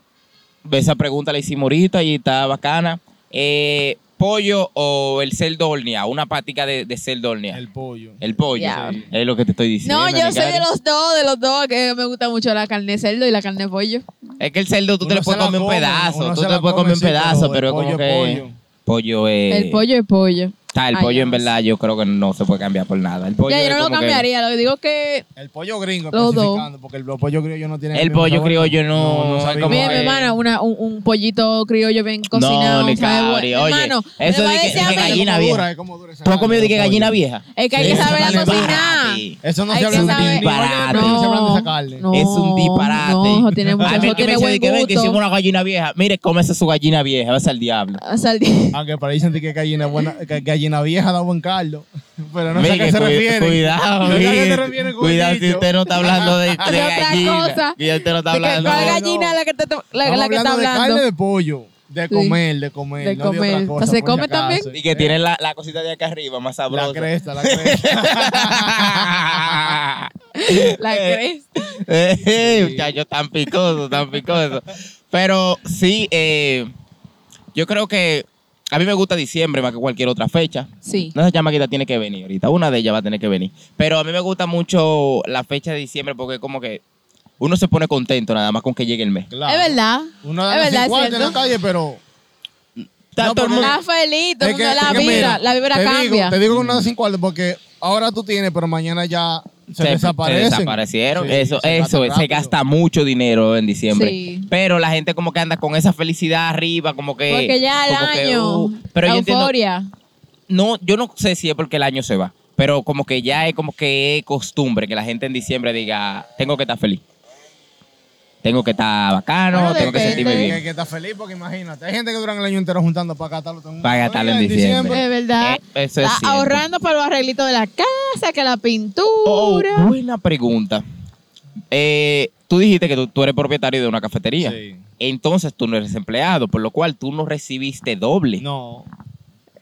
A: esa pregunta la hicimos ahorita y está bacana. Eh, ¿Pollo o el cerdo horneado? Una patica de, de cerdo horneado. El,
C: El pollo.
A: pollo.
B: Ya. Sí.
A: Es lo que te estoy diciendo.
B: No, yo soy
A: Nicari.
B: de los dos, de los dos, que me gusta mucho la carne de cerdo y la carne de pollo.
A: Es que el cerdo tú te
C: Uno
A: le puedes
C: se la
A: comer un
C: come,
A: pedazo.
C: uno
A: Tú
C: se
A: te
C: la
A: puedes comer
C: come,
A: un
C: sí, pero
A: pedazo,
C: el
A: pero como
C: pollo,
A: que.
C: pollo.
A: Pollo es.
B: el pollo es pollo.
A: Está, el
B: Ay,
A: pollo en
B: no sé.
A: verdad yo creo que no se puede cambiar por nada. El pollo
B: Ya,
A: es
B: yo no lo
A: como que-
B: cambiaría, lo que digo que.
C: El pollo gringo,
B: Los dos.
C: especificando, porque el, los pollo criollo no tiene.
A: El
C: mismo
A: pollo
C: sabor.
A: criollo no-
C: no,
A: sabe
C: sabe
A: como
B: Mira,
A: que-
B: mi hermana, una, un, un pollito criollo bien cocinado.
A: ni
B: sabe bueno.
A: cabri, oye,
B: hermano,
A: eso
B: me va
A: de
B: a
A: que-
B: decir
A: de
B: a mí-
A: gallina
C: como
A: vieja.
C: dura, es como dura esa
A: ¿Tú has comido de que
C: carne del
A: gallina
C: pollo.
A: vieja?
B: Es que hay que
A: Esa
B: saberla
A: carne es un
B: cocinar.
A: disparate.
C: Eso no
B: Hay
C: se habla
B: que
C: en
B: saber-
C: ni olla de
A: Disparate.
C: pollo se habla de esa
B: No,
C: carne.
B: no.
A: Es un disparate.
B: No, eso tiene mucho-
A: A mí
B: eso
A: que me
B: tiene
A: dice
B: buen
A: de que, "Ven, que
B: gusto".
A: hicimos una gallina vieja. Mire, cómese su gallina vieja, vas al diablo.
B: O sea, el di-
C: Aunque para ahí sentí que gallina, buena, que gallina vieja da buen caldo. Pero no sé a
A: Mire,
C: qué se
A: cuida-
C: refiere.
A: Cuidado,
C: No sé a qué
A: mire.
C: se refiere con
A: cuidado
C: el
A: si
C: dicho.
A: usted no está hablando de, de
B: De otra
A: gallina.
B: cosa.
A: Y usted no está
B: de que-
A: hablando
B: ¿Cuál
C: no,
B: gallina
C: no.
B: la que, te, la,
C: Estamos
B: la que está
C: hablando de
B: hablando?
C: carne de pollo. De
B: Sí.
C: comer, de comer.
B: De
C: no de otra
B: comer. Pues
C: cosa,
B: ¿Se
C: por si
B: come
C: acaso.
B: también?
A: Y que tiene la, la cosita de acá arriba, más sabrosa.
C: La cresta, la cresta.
B: La cresta.
A: Eh, muchacho, tan picoso, tan picoso. Pero sí, eh, yo creo que a mí me gusta diciembre más que cualquier otra fecha.
B: Sí.
A: No se llama que tiene que venir ahorita. Una de ellas va a tener que venir. Pero a mí me gusta mucho la fecha de diciembre porque como que uno se pone contento nada más con que llegue el mes.
C: Claro.
B: Es verdad.
C: Uno da
B: es
C: las
B: verdad, es
C: 50 en la
B: cierto.
C: calle, pero.
A: Está
C: No,
A: todo el
C: porque-
A: mundo-
B: Está feliz, todo el
C: es que-
B: mundo- la
C: es que
B: vibra,
C: mira,
B: la vibra
C: te
B: cambia.
C: Digo, te digo que uno da 50 porque ahora tú tienes, pero mañana ya se,
A: se
C: desaparecen.
A: se desaparecieron.
C: Sí,
A: eso,
C: se
A: eso,
C: gasta
A: se
C: rápido.
A: gasta mucho dinero en diciembre.
B: Sí.
A: Pero la gente como que anda con esa felicidad arriba, como que.
B: Porque ya el
A: como que,
B: año,
A: uh, pero
B: la
A: yo entiendo,
B: euforia.
A: no, yo no sé si es porque el año se va, pero como que ya es como que es costumbre que la gente en diciembre diga, tengo que estar feliz. Tengo que estar bacano,
B: Bueno,
A: tengo que
B: depende.
A: sentirme
C: Que-
A: bien.
C: Que, está feliz porque imagínate. Hay gente que duran el año entero juntando para gastarlo. todo un-
A: Para gastarlo en
C: Oye,
A: diciembre.
B: Es verdad.
A: Eh, eso es
B: Está
A: cierto.
B: ahorrando para los arreglitos de la casa, que la
A: Oh,
B: pintura.
A: buena pregunta. Eh, tú dijiste que tú, tú eres propietario de una cafetería.
C: Sí.
A: Entonces tú no eres empleado, por lo cual tú no recibiste doble.
C: No.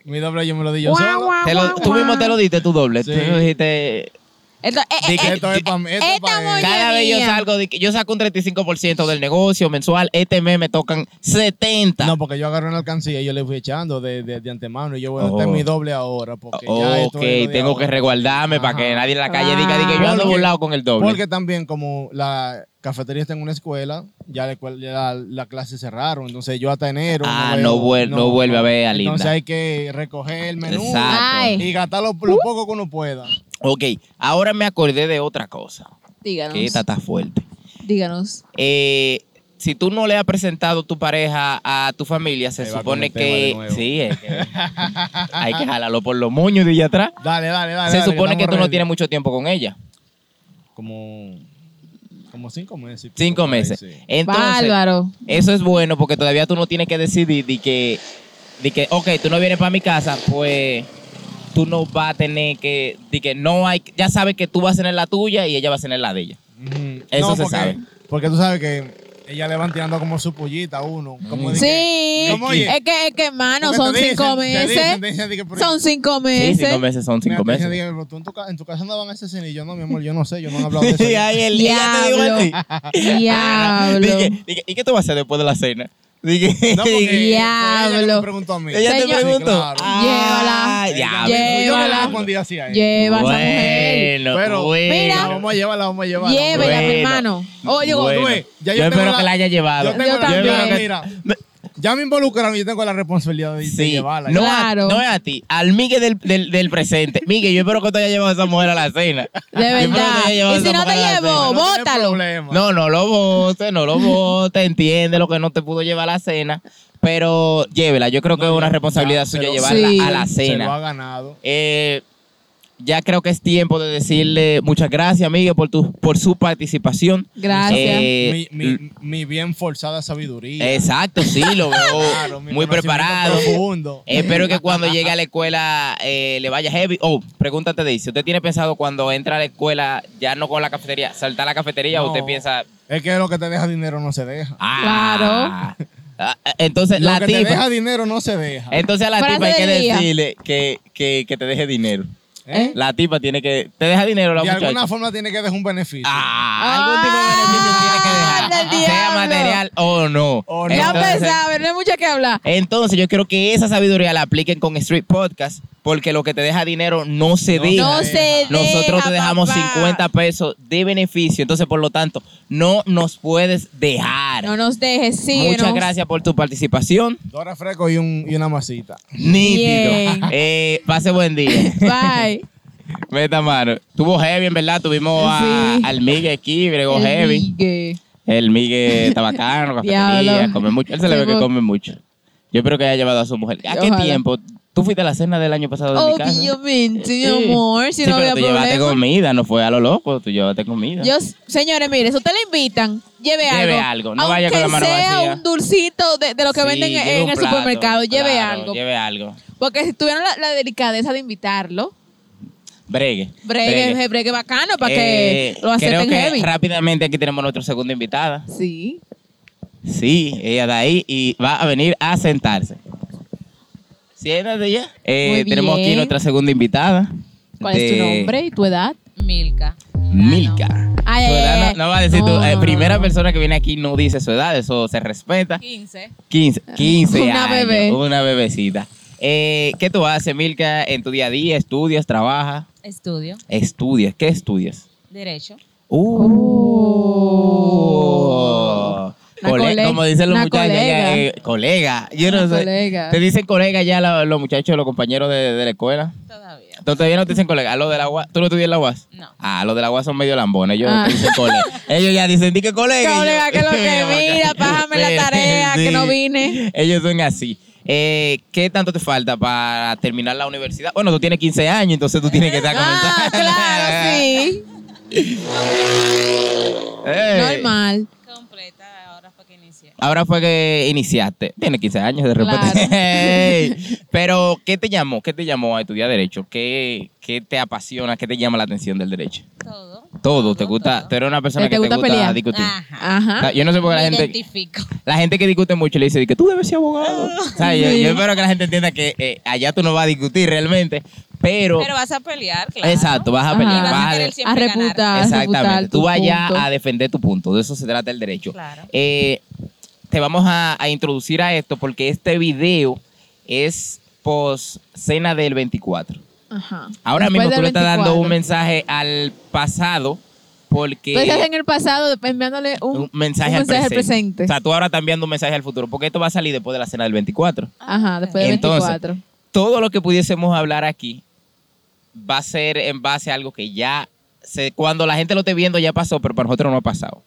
C: Mi doble yo me lo di yo
B: Guau,
C: solo.
B: guau.
A: Te lo- tú mismo te lo diste tu doble.
C: Sí.
A: Tú dijiste,
B: Entonces, eh, eh,
A: Di que
B: eh,
C: Esto es para mí. Esto es
B: Esta
C: pa' él.
B: Oye,
A: cada vez yo
B: mía.
A: salgo, de que yo saco un 35% del negocio mensual, este mes me tocan 70.
C: No, porque yo agarré una alcancía y yo le fui echando de, de, de antemano. Y yo, bueno,
A: Oh.
C: este es mi doble ahora. Porque ya esto
A: ok,
C: es lo de
A: tengo
C: ahora.
A: que resguardarme para que
C: Ajá.
A: nadie en la calle diga, diga, yo ando
C: Porque-
A: burlado con el doble.
C: Porque también, como la cafetería está en una escuela, ya la, escuela- ya la, la clase cerraron. Entonces yo hasta enero.
A: Ah,
C: veo-
A: no vuel- no vuelve a ver a Linda.
C: Entonces hay que recoger el menú
A: Exacto.
B: Ay.
C: y gastar lo, lo poco que uno pueda.
A: Ok, ahora me acordé de otra cosa.
B: díganos.
A: Que esta está fuerte.
B: Díganos.
A: Eh, si tú no le has presentado tu pareja a tu familia, se
C: Ahí va
A: supone
C: con el tema de
A: que.
C: nuevo.
A: Sí, es que hay que jalarlo por los moños de allá atrás.
C: Dale, dale, dale.
A: se
C: dale,
A: supone que tú
C: estamos
A: no tienes
C: ready.
A: mucho tiempo con ella.
C: Como, como cinco meses.
A: Cinco
C: Por ahí,
A: meses.
C: sí.
A: Entonces,
B: Bárbaro.
A: eso es bueno porque todavía tú no tienes que decidir de que, de que, ok, tú no vienes para mi casa, pues tú no vas a tener que, de que no hay, ya sabes que tú vas a tener la tuya y ella va a tener la de ella.
C: Ujú.
A: Eso se
C: porque-
A: sabe.
C: Porque tú sabes que ella le van tirando como su pollita a uno.
A: Mm.
C: Como de
B: Sí.
C: que- ¿Cómo, oye?
B: Es que, es que, hermano,
C: porque
B: son
C: te dicen-
B: cinco
C: te dicen,
B: meses.
C: te dicen, dicen, pero-
B: Son cinco
A: Sí,
B: meses.
A: cinco meses son cinco
C: Mira, te dicen,
A: meses.
C: dicen, pero tú en tu, ca- en tu casa andaban ese cine y yo no, mi amor, yo no sé, yo no he hablado de eso.
A: Y ahí el- ella te dijo a ti.
B: Diablo.
A: Dije, dije, ¿y qué tú vas a hacer después de la cena? Dije,
C: No, porque fue ella que
B: Diablo.
C: me preguntó a mí.
A: ella te
B: Señor-
A: preguntó.
C: Sí, claro.
A: Ah,
C: Ella
A: diablo.
C: me dijo, Yo no le
B: Llévala.
C: respondí así a ella.
B: Lleva a esa mujer.
A: Bueno,
C: Pero-
A: bueno.
B: Mira.
C: La vamos a llevarla, vamos a llevarla.
B: Llévela,
A: Bueno,
B: mi hermano. Oye, digo,
A: bueno.
C: tú ves, ya yo
A: yo,
C: tengo
A: espero
C: la-
A: que la haya llevado.
C: Yo tengo la-
B: también.
A: espero que-
C: mira, ya me involucraron y yo tengo la responsabilidad de, de
A: Sí,
C: llevarla.
A: no,
B: Claro.
A: a, no es a ti, al Miguel del, del, del presente. Miguel, yo espero que tú hayas llevado a esa mujer a la cena. Yo
B: De
A: espero que tú
B: verdad.
A: hayas llevado a
B: Y si
A: esa
B: no te
A: mujer a la
B: llevo,
A: cena.
C: No tenés
B: bótalo.
C: problema.
A: No, no lo bote, no lo bote, entiende lo que no te pudo llevar a la cena, pero llévela. Yo creo que
C: No,
A: es una
C: ya,
A: responsabilidad
C: ya, se
A: suya
C: lo-
A: llevarla
B: Sí.
A: a la
C: Se lo
A: cena.
C: ha ganado.
A: Eh, ya creo que es tiempo de decirle muchas gracias, Miguel, por tu por su participación.
B: Gracias.
A: Eh,
C: mi, mi- mi bien forzada sabiduría.
A: Exacto, sí, lo veo
C: Claro, mi
A: muy
C: conocimiento
A: preparado. Eh.
C: profundo.
A: Espero que cuando llegue a la escuela eh, le vaya heavy. Oh, pregúntate de ¿Usted tiene pensado cuando entra a la escuela ya no con la cafetería, saltar la cafetería o
C: No.
A: usted piensa,
C: Es que lo que te deja dinero no se deja.
A: ah, ah, entonces
C: Lo
A: la
C: que te deja
A: tipa, Eh,
C: dinero no se deja.
A: entonces a la
B: Frase
A: tipa hay que
B: del día.
A: decirle que, que, que te deje dinero.
C: ¿Eh?
A: La tipa tiene que, te deja dinero la
C: De
A: muchacha.
C: alguna forma tiene que dejar un beneficio.
A: Ah, algún tipo de
B: Ah,
A: beneficio tiene que
B: del
A: dejar. Sea
B: diablo.
A: material o no.
C: O no.
B: Ya
A: Entonces-
B: pensaba, no hay mucho que hablar.
A: Entonces yo quiero que esa sabiduría la apliquen con Street Podcast, porque lo que te deja dinero no se
C: No
A: deja.
B: No
C: Deja.
B: se
A: Nosotros
B: deja,
A: te dejamos
B: papá.
A: 50 pesos de beneficio, entonces por lo tanto no nos puedes dejar.
B: No nos dejes, síguenos.
A: Muchas gracias por tu participación.
C: Dos refrescos y, un, y una masita.
A: Nítido.
B: Bien.
A: Eh, pase buen día.
B: Bye.
A: Meta mano. Tuvo heavy, en verdad. Tuvimos a-
B: Sí.
A: al Miguel aquí, bregó
B: El
A: heavy.
B: Miguel.
A: El Miguel está bacano, cafetería,
B: Diablo.
A: come mucho. Él se le ve que
B: Tengo-
A: come mucho. Yo espero que haya llevado a su mujer. ¿A qué
B: Ojalá. Oh,
A: tiempo? ¿Tú fuiste a la cena del año pasado de mi casa?
B: Obviamente, mi
A: Sí.
B: amor, si
A: Sí,
B: no
A: pero
B: había
A: tú llevaste
B: problema.
A: comida, no fue a lo loco, tú llevaste comida.
B: Yo, señores, mire, si usted le invitan, lleve,
A: Lleve algo,
B: algo.
A: no
B: Aunque
A: vaya con la mano
B: sea
A: vacía.
B: un dulcito de, de lo que
A: Sí,
B: venden en,
A: lleve un
B: el
A: plato,
B: supermercado, lleve
A: claro,
B: algo.
A: Lleve algo.
B: Porque si tuvieron la, la delicadeza de invitarlo,
A: Bregue.
B: bregue, bregue, bacano para
A: Eh,
B: que lo
A: Creo
B: acepten
A: que
B: heavy.
A: rápidamente aquí tenemos nuestra segunda invitada.
B: Sí.
A: Sí, ella de ahí y va a venir a sentarse. Siéntate ya. Eh,
B: Muy bien.
A: tenemos aquí nuestra segunda invitada.
B: ¿Cuál es
A: de
B: tu nombre y tu edad?
E: Milka.
A: Milka.
B: Ay,
A: Su
B: ay,
A: edad
B: ay,
A: no, no va a decir
B: no,
A: tu eh,
B: no, no,
A: primera
B: no.
A: persona que viene aquí no dice su edad, eso se respeta.
E: 15.
A: 15, 15
B: Una
A: años,
B: bebé.
A: Una bebecita. Eh, ¿Qué tú haces, Milka, en tu día a día? ¿Estudias, trabajas?
E: Estudio.
A: ¿Estudias? Uh. ¿Qué estudias?
E: Derecho.
A: Uh.
B: Una
A: Cole-
B: cole-
A: como dicen los
B: una
A: muchachos, allá,
B: colega.
A: eh, colega. Yo no
B: Una
A: sé.
B: colega.
A: Te dicen colega ya la- los muchachos, los compañeros de, de la escuela.
E: Todavía.
A: Entonces todavía no te dicen colega. ¿A los de la UAS? ¿Tú no estudias en la UAS?
E: No.
A: Ah, los de la UAS son medio lambones. Ellos
B: Ah.
A: te dicen colega. Ellos ya dicen, di que colega. y yo-
B: Colega, que lo que mira, pájame la tarea, que no vine.
A: Ellos son así. Eh, ¿Qué tanto te falta para terminar la universidad? Bueno, tú tienes 15 años, entonces tú tienes que estar
B: Ah,
A: comenzando.
B: claro, sí.
A: Eh,
B: Normal.
E: Completa, ahora fue que inicié.
A: Ahora fue que iniciaste. Tienes 15 años de repente.
B: Claro.
A: Ey. Pero, ¿qué te llamó? ¿Qué te llamó a estudiar Derecho? ¿Qué, ¿Qué te apasiona? ¿Qué te llama la atención del Derecho?
E: Todo.
A: Todo, ¿te gusta?
E: todo.
A: Tú eres una persona
B: Eh, ¿Te
A: que
B: gusta
A: te gusta
B: pelear?
A: discutir.
E: Ajá.
A: O
B: Ajá.
A: sea, yo no sé por qué la
E: Me
A: gente,
E: identifico.
A: la gente que discute mucho le dice que tú debes ser abogado. O sea, yo, yo espero que la gente entienda que eh, allá tú no vas a discutir realmente, pero...
E: Pero vas a pelear, claro.
A: Exacto, vas a
B: Ajá.
A: pelear.
B: Y vas a
A: vas a
E: querer
A: de-
E: siempre
B: A reputar, a reputar
A: Exactamente.
B: Ah, tu
A: Tú vayas
B: punto.
A: a defender tu punto. De eso se trata el derecho.
E: Claro.
A: Eh, te vamos a, a introducir a esto porque este video es post cena del 24.
B: Ajá.
A: Ahora
B: Después
A: mismo tú
B: del
A: le estás dando
B: 24.
A: un mensaje al pasado porque
B: Tú estás en el pasado enviándole Pues un,
A: un mensaje,
B: un
A: al presente.
B: presente.
A: O sea, tú ahora estás enviando un mensaje al futuro porque esto va a salir después de la cena del 24.
B: Ajá, después de
A: Entonces,
B: 24.
A: todo lo que pudiésemos hablar aquí va a ser en base a algo que ya se- cuando la gente lo esté viendo ya pasó, pero para nosotros no ha pasado.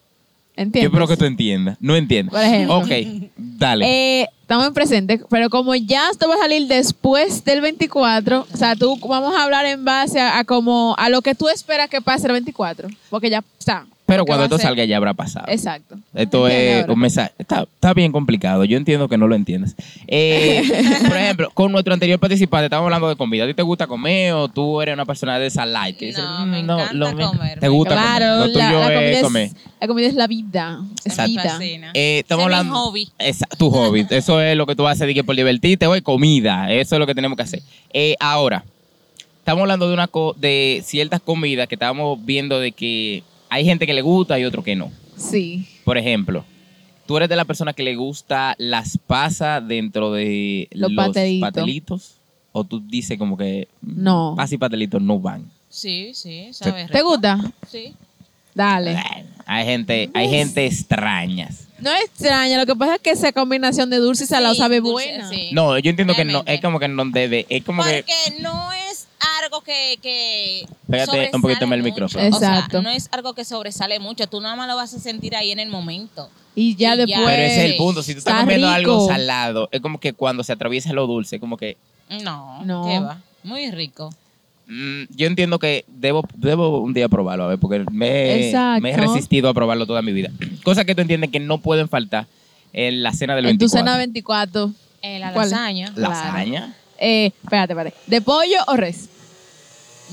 B: ¿Entiendes?
A: Yo espero que tú entiendas. No entiendas.
B: Por ejemplo.
A: Ok, dale.
B: Eh, estamos en presente, pero como ya esto va a salir después del 24, o sea, tú vamos a hablar en base a, a como a lo que tú esperas que pase el 24, porque ya está.
A: pero
B: porque va
A: cuando
B: a
A: esto
B: ser-
A: salga ya habrá pasado.
B: Exacto.
A: Esto
B: Entiendo
A: es
B: ahora.
A: un mensaje. Está, está bien complicado. Yo entiendo que no lo entiendas. Eh, por ejemplo, con nuestro anterior participante, estábamos hablando de comida. ¿A ti te gusta comer o tú eres una persona de esa light? Que dice,
E: No,
A: "Mm,
E: me encanta
A: mío-
E: comer,
A: Te
E: me
A: gusta
B: Claro,
A: comer. Lo
B: la,
A: tuyo
B: la comida
A: es
B: es,
A: comer.
B: la comida es la vida, es
A: Exacto.
B: vida.
E: fascina.
A: Eh, estamos
E: Ese es mi
A: hablando.
E: hobby.
A: Esa- tu hobby. Eso es lo que tú haces de que por divertirte, güey, comida. Eso es lo que tenemos que hacer. Eh, ahora, estamos hablando de una co- de ciertas comidas que estábamos viendo de que hay gente que le gusta y otro que no.
B: Sí.
A: Por ejemplo, tú eres de la persona que le gusta las pasas dentro de
B: Los
A: los
B: patelitos.
A: patelitos, O tú dices como que mm,
B: No.
A: pasas y patelitos no van.
E: Sí, sí, sabes.
B: ¿Te
E: rico.
B: gusta?
E: Sí.
B: Dale.
A: Hay gente, hay gente extrañas.
B: No es extraña, lo que pasa es que esa combinación de dulce y salado
E: Sí,
B: sabe
E: dulce,
B: buena.
E: sí.
A: No, yo entiendo que no,
E: Realmente.
A: es como que no debe, es como que...
E: Porque no es algo que. que
A: Pégate
E: sobresale
A: un poquito más el
E: mucho.
A: micrófono.
E: O sea,
B: Exacto.
E: no es algo que sobresale mucho. Tú nada más lo vas a sentir ahí en el momento.
B: Y ya
E: Y ya.
B: después.
A: Pero ese es el punto. Si tú estás
B: Pues, está
A: comiendo algo
B: rico.
A: salado, es como que cuando se atraviesa lo dulce, como que.
E: No,
B: No.
E: ¿qué va? Muy rico.
A: mm, yo entiendo que debo, debo un día probarlo, a ver, porque me,
B: Exacto.
A: me he resistido a probarlo toda mi vida. Cosas que tú entiendes que no pueden faltar en la cena del
B: En tu
A: 24.
B: cena 24.
E: Eh, la
B: ¿Cuál?
E: lasaña
A: Lasaña.
B: Eh, espérate, espérate. ¿De pollo o res?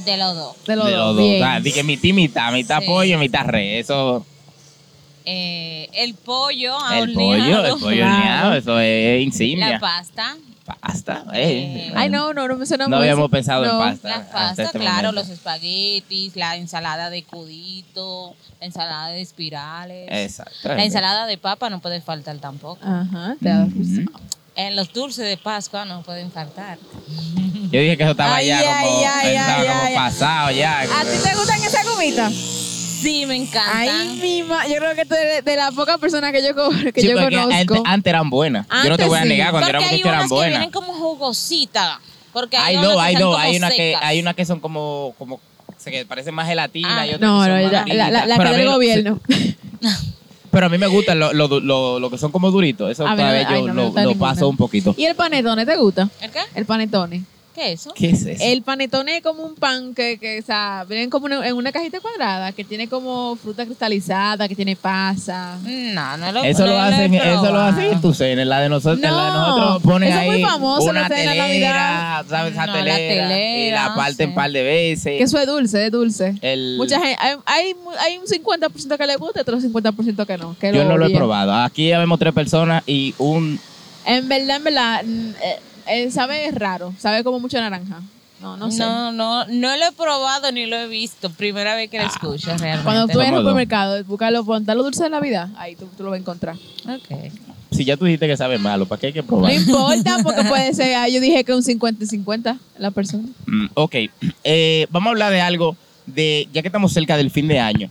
E: de los dos.
B: De los
A: De
B: dos.
A: los dos.
B: bien.
A: Ah, di que mitad, y mitad, mitad
E: Sí.
A: pollo, mitad re. Eso.
E: Eh, el pollo
B: Ah,
A: el pollo, el
E: ahorneado.
A: pollo horneado, eso es insignia.
E: La pasta.
A: pasta. eh.
B: Ay, no, no, no me suena
A: No
B: muy-
A: habíamos pensado en
B: no.
A: pasta.
E: La
A: hasta
E: pasta,
A: este
E: claro,
A: momento.
E: los espaguetis, la ensalada de codito, la ensalada de espirales.
A: Exacto.
E: La ensalada de papa no puede faltar tampoco.
B: Ajá, te da
A: Ujú.
E: Eh, los dulces de Pascua no pueden faltar.
A: Yo dije que eso estaba
B: Ay,
A: ya
B: ay,
A: como,
B: ay,
A: estaba
B: ay,
A: como
B: ay.
A: pasado ya.
B: ¿A ti te gustan esas gomitas?
E: Sí, me encantan.
B: Ay, mi ma... Yo creo que tú eres de las pocas personas que yo, co- que
A: Sí,
B: yo
A: porque
B: conozco.
A: Antes, antes eran buenas. Yo no te
B: Antes
A: voy a
B: sí.
A: negar, Ah, cuando
E: Porque
A: éramos
E: hay
A: muchachos
E: unas
A: eran
E: que
A: buenas.
E: vienen como jugosita. Porque hay,
A: Hay
E: unas
A: dos,
E: que
A: hay
E: están
A: dos.
E: como
A: Hay una que,
E: secas.
A: hay una que son como, como se que parecen más gelatina
E: Ah,
A: y otras
B: No,
A: que son
B: no, la,
A: más
B: la, la,
A: duritas.
B: que
A: Pero a mí
B: del
A: no-
B: gobierno.
A: Pero a mí me gustan los lo, lo- lo que son como duritos. Eso
B: A mí no-
A: todavía
B: ay,
A: yo
B: no me
A: lo,
B: gusta
A: lo
B: ninguna.
A: paso un poquito.
B: ¿Y el panetone te gusta?
E: ¿El qué?
B: El panetone.
E: ¿Qué es eso?
A: ¿Qué es eso?
B: El panetone es como un pan que, que o sea, vienen como una- en una cajita cuadrada, que tiene como fruta cristalizada, que tiene pasa.
E: No, no lo
A: Eso
E: no
A: lo hacen,
E: he
A: eso lo
E: probado.
A: hacen en tu cena, en la de nosotros, en la de
B: Ah. No,
A: nosotros ponen
B: eso es muy
A: ahí
B: famoso,
A: una
B: la cena de
A: telera,
B: Navidad.
A: ¿sabes? Esa
E: No, la
A: telera, y la
E: telera,
A: parten
E: sí.
A: un par de veces.
B: Que eso es dulce, es dulce.
A: El-
B: Mucha gente, hay, hay, mu- hay un 50% que le gusta y otro 50% que no. que
A: Yo no lo he
B: odia.
A: probado. Aquí ya vemos tres personas y un.
B: En verdad, en verdad, mm, eh, eh, sabe raro, sabe como mucho naranja. No, no sé.
E: No, no, no lo he probado ni lo he visto. Primera vez
A: Ah.
E: que lo escucho realmente.
B: Cuando tú vayas al
A: Somos dos.
B: supermercado, búscalo, ponte lo dulce de Navidad, ahí tú, tú lo vas a encontrar.
E: Ok.
A: Si ya tú dijiste que sabe malo, ¿para qué hay que
B: No
A: probar?
B: importa, porque puede ser, ah, yo dije que un 50 y 50 la persona.
A: Mm, ok, Eh, vamos a hablar de algo de. Ya que estamos cerca del fin de año.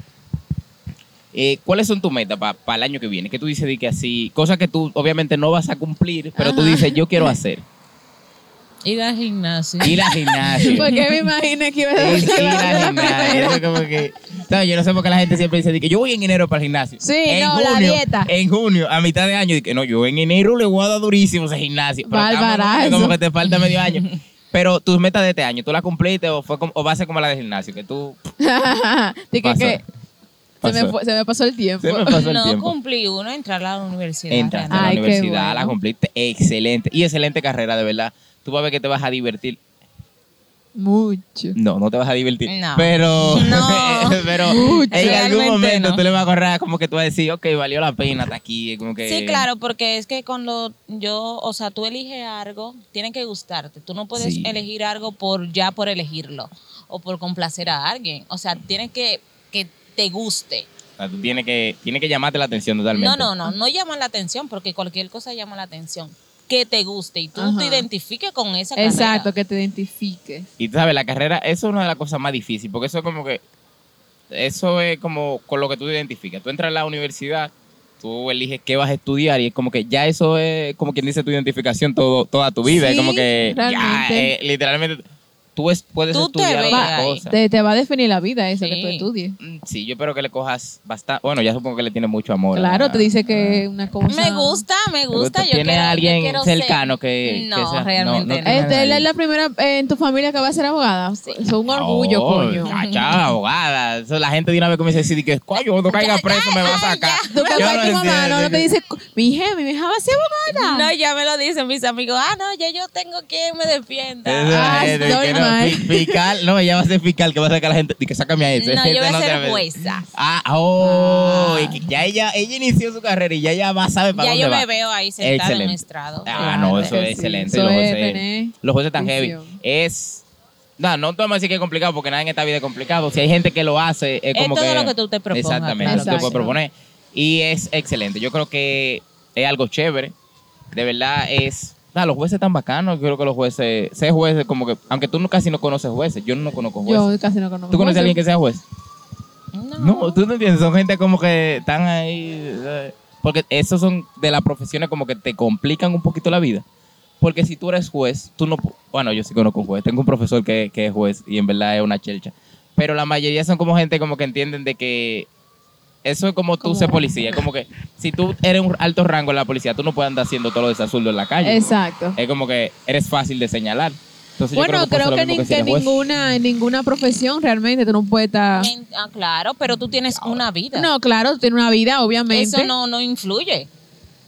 A: eh, ¿cuáles son tus metas para el año que viene? Que tú dices de que así, cosas que tú obviamente no vas a cumplir, pero tú
B: Ajá.
A: dices, yo quiero hacer.
E: Ir al gimnasio.
A: Ir al gimnasio.
B: Porque me imaginé que iba a
A: Es
B: decir
A: ir al
B: la
A: gimnasio.
B: primera.
A: Eso como que- ¿sabes? Yo no sé por qué la gente siempre dice de que yo voy en enero para el gimnasio.
B: Sí,
A: en
B: no, la dieta.
A: En junio, a mitad de año, de que no, yo en enero le voy a dar durísimo ese gimnasio. Pero
B: Bárbara,
A: estamos como que-
B: eso.
A: Como que te falta medio año. Pero tus metas de este año, ¿tú las cumpliste o, fue como- o va a ser como la del gimnasio? Que tú
B: Dije
A: Pasó.
B: que se me,
A: Pasó.
B: fue- se me pasó el tiempo.
A: se me pasó el
E: no
A: tiempo. Ah,
E: cumplí uno, entrar a la universidad.
A: Entraste a la
E: realmente.
B: Ay, qué
A: universidad, la
B: bueno.
A: cumpliste. Excelente. Y excelente carrera, de verdad. Tú vas a ver que te vas a divertir.
B: Mucho.
A: No, no te vas a divertir.
E: No.
A: Pero,
E: No.
A: pero
B: Mucho.
A: en algún
E: Realmente
A: momento
E: no.
A: tú le vas a correr como que tú vas a decir, ok, valió la pena hasta aquí. Como que,
E: Sí, claro, porque es que cuando yo, o sea, tú eliges algo, tiene que gustarte. Tú no puedes
A: Sí.
E: elegir algo por ya por elegirlo o por complacer a alguien. O sea, tiene que que te guste.
A: O sea, tú tienes que, tienes que llamarte la atención totalmente.
E: No, no, no, no llama la atención porque cualquier cosa llama la atención. Que te guste y tú
B: Ajá.
E: te identifiques con esa carrera.
B: Exacto, que te identifiques.
A: Y tú sabes, la carrera, eso es una de las cosas más difíciles, porque eso es como que, eso es como con lo que tú te identificas. Tú entras a la universidad, tú eliges qué vas a estudiar y es como que ya eso es como quien dice tu identificación todo, toda tu vida. es
B: Sí,
A: como que ya,
B: realmente.
A: eh, literalmente tú es- puedes
E: Tú te
A: estudiar
E: ves
A: otra
E: ahí.
A: cosa.
B: Te, te va a definir la vida eso que
E: Sí.
B: tú estudies.
A: Mm, Sí, yo espero que le cojas bastante, bueno, ya supongo que le tienes mucho amor.
B: Claro,
A: a-
B: te dice que es una cosa.
E: Me gusta, me
A: Me gusta.
E: gusta. Yo
A: ¿Tiene
E: quiero- yo
A: alguien
E: quiero ser-
A: cercano que, que
E: No,
A: sea-
E: realmente no.
A: tiene
B: Este,
A: nadie.
B: ¿él es la primera eh, en tu familia que va a ser abogada. Es un orgullo,
A: Oh,
B: coño.
A: chacha, abogada. Eso, la gente de una vez comienza a decir que coño, cuando caiga preso me va a sacar.
B: Tú que
A: Yo
B: fue tu mamá,
A: entiendo,
B: no, no te
A: que-
B: dice, mi hija, mi hija va a ser abogada.
E: No, ya me lo dicen mis amigos. Ah, no, ya yo tengo quien me defienda.
A: Eso,
B: Ah,
A: eh, de que no,
B: normal.
A: fi- fiscal, no, ella va a ser fiscal, que va a sacar a la gente. Dice que sácame a ese.
E: No, yo
A: Ese
E: voy a
A: te
E: ser
A: ve.
E: jueza.
A: Ah, oh, y
B: Ah.
A: que ya ella, ella inició su carrera y ya ella va, sabe para
E: Ya
A: dónde
E: yo
A: va.
E: me veo ahí sentada en un
A: Excelente.
E: estrado.
A: Ah, no,
B: Claro
A: eso
B: que
A: es
B: sí.
A: excelente.
B: Eso
A: los,
B: es
A: jueces,
B: tener
A: los jueces están heavy.
B: visión.
A: Es. No, no te vamos a decir que es complicado porque nada en esta vida es complicado. Si hay gente que lo hace, es
E: Es
A: como
E: todo
A: que.
E: lo que tú te propongas,
A: Exactamente,
B: claro.
A: eso te puedes
B: Exacto.
A: proponer. Y es excelente. Yo creo que es algo chévere. De verdad es. nada, los jueces están bacanos. Yo creo que los jueces. Ser jueces, como que. Aunque tú no- casi no conoces jueces. Yo no conozco jueces.
B: Yo casi no conozco.
A: Pues, ¿Tú conoces a alguien que sea juez?
E: No.
A: No, tú no entiendes, son gente como que están ahí. eh, Porque esos son de las profesiones como que te complican un poquito la vida. Porque si tú eres juez, tú no. pu- Bueno, yo sí conozco un juez. Tengo un profesor que, que es juez y en verdad es una chelcha. Pero la mayoría son como gente como que entienden de que. Eso es como tú
B: Como-
A: ser policía. Como que si tú eres un alto rango en la policía, tú no puedes andar haciendo todo lo desasurdo en la calle.
B: Exacto.
A: Es como que eres fácil de señalar. Entonces, yo
B: bueno,
A: creo que, pasa
B: creo
A: lo
B: que,
A: mismo
B: ni-
A: si
B: que
A: eres juez.
B: ninguna, en ninguna profesión realmente tú no puedes estar.
E: En- ah, claro, pero tú tienes una vida.
B: No, claro, tú tienes una vida, obviamente.
E: Eso no, no influye.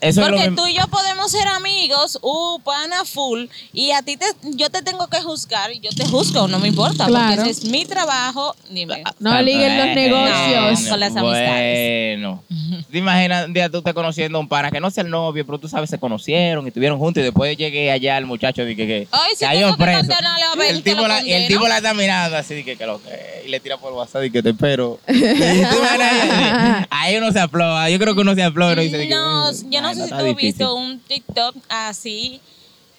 A: Eso es lo
E: Porque
A: mismo.
E: tú y yo podemos ser amigos, uh, pana full, y a ti te, yo te tengo que juzgar, y yo te juzgo, no me importa,
B: Claro.
E: porque ese es mi trabajo,
A: Ah,
E: dime.
B: No liguen los negocios.
E: No, con las amistades.
A: Bueno, ¿Tú te imaginas un día tú estás conociendo a un pana que no sea el novio, pero tú sabes, se conocieron y estuvieron juntos y después llegué allá el muchacho y que, que
E: Ay, sí,
A: cayó
E: tengo que
A: preso.
E: condenarle a
A: Y
E: ver,
A: el,
E: que
A: tipo
E: lo
A: la, y el
E: condeno.
A: tipo la está mirando así de que, que lo que, y le tira por WhatsApp y que te espero. Y tú imaginas, ahí uno se aploba, yo creo que uno se aploba. No, dice,
E: No, yo no sé si tú has
A: has
E: visto un TikTok así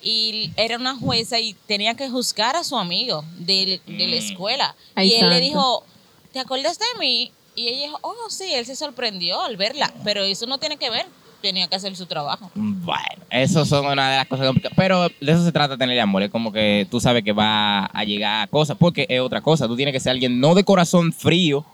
E: y era una jueza y tenía que juzgar a su amigo del- de, la
A: Mm.
E: escuela.
B: Ay,
E: y él le
B: santo.
E: dijo, ¿te acuerdas de mí? Y ella dijo, oh, sí, él se sorprendió al verla, pero eso no tiene que ver, tenía que hacer su trabajo.
A: Bueno, eso son una de las cosas complicadas. Pero de eso se trata tener amor. Es como que tú sabes que va a llegar a cosas. Porque es otra cosa. Tú tienes que ser alguien no de corazón frío,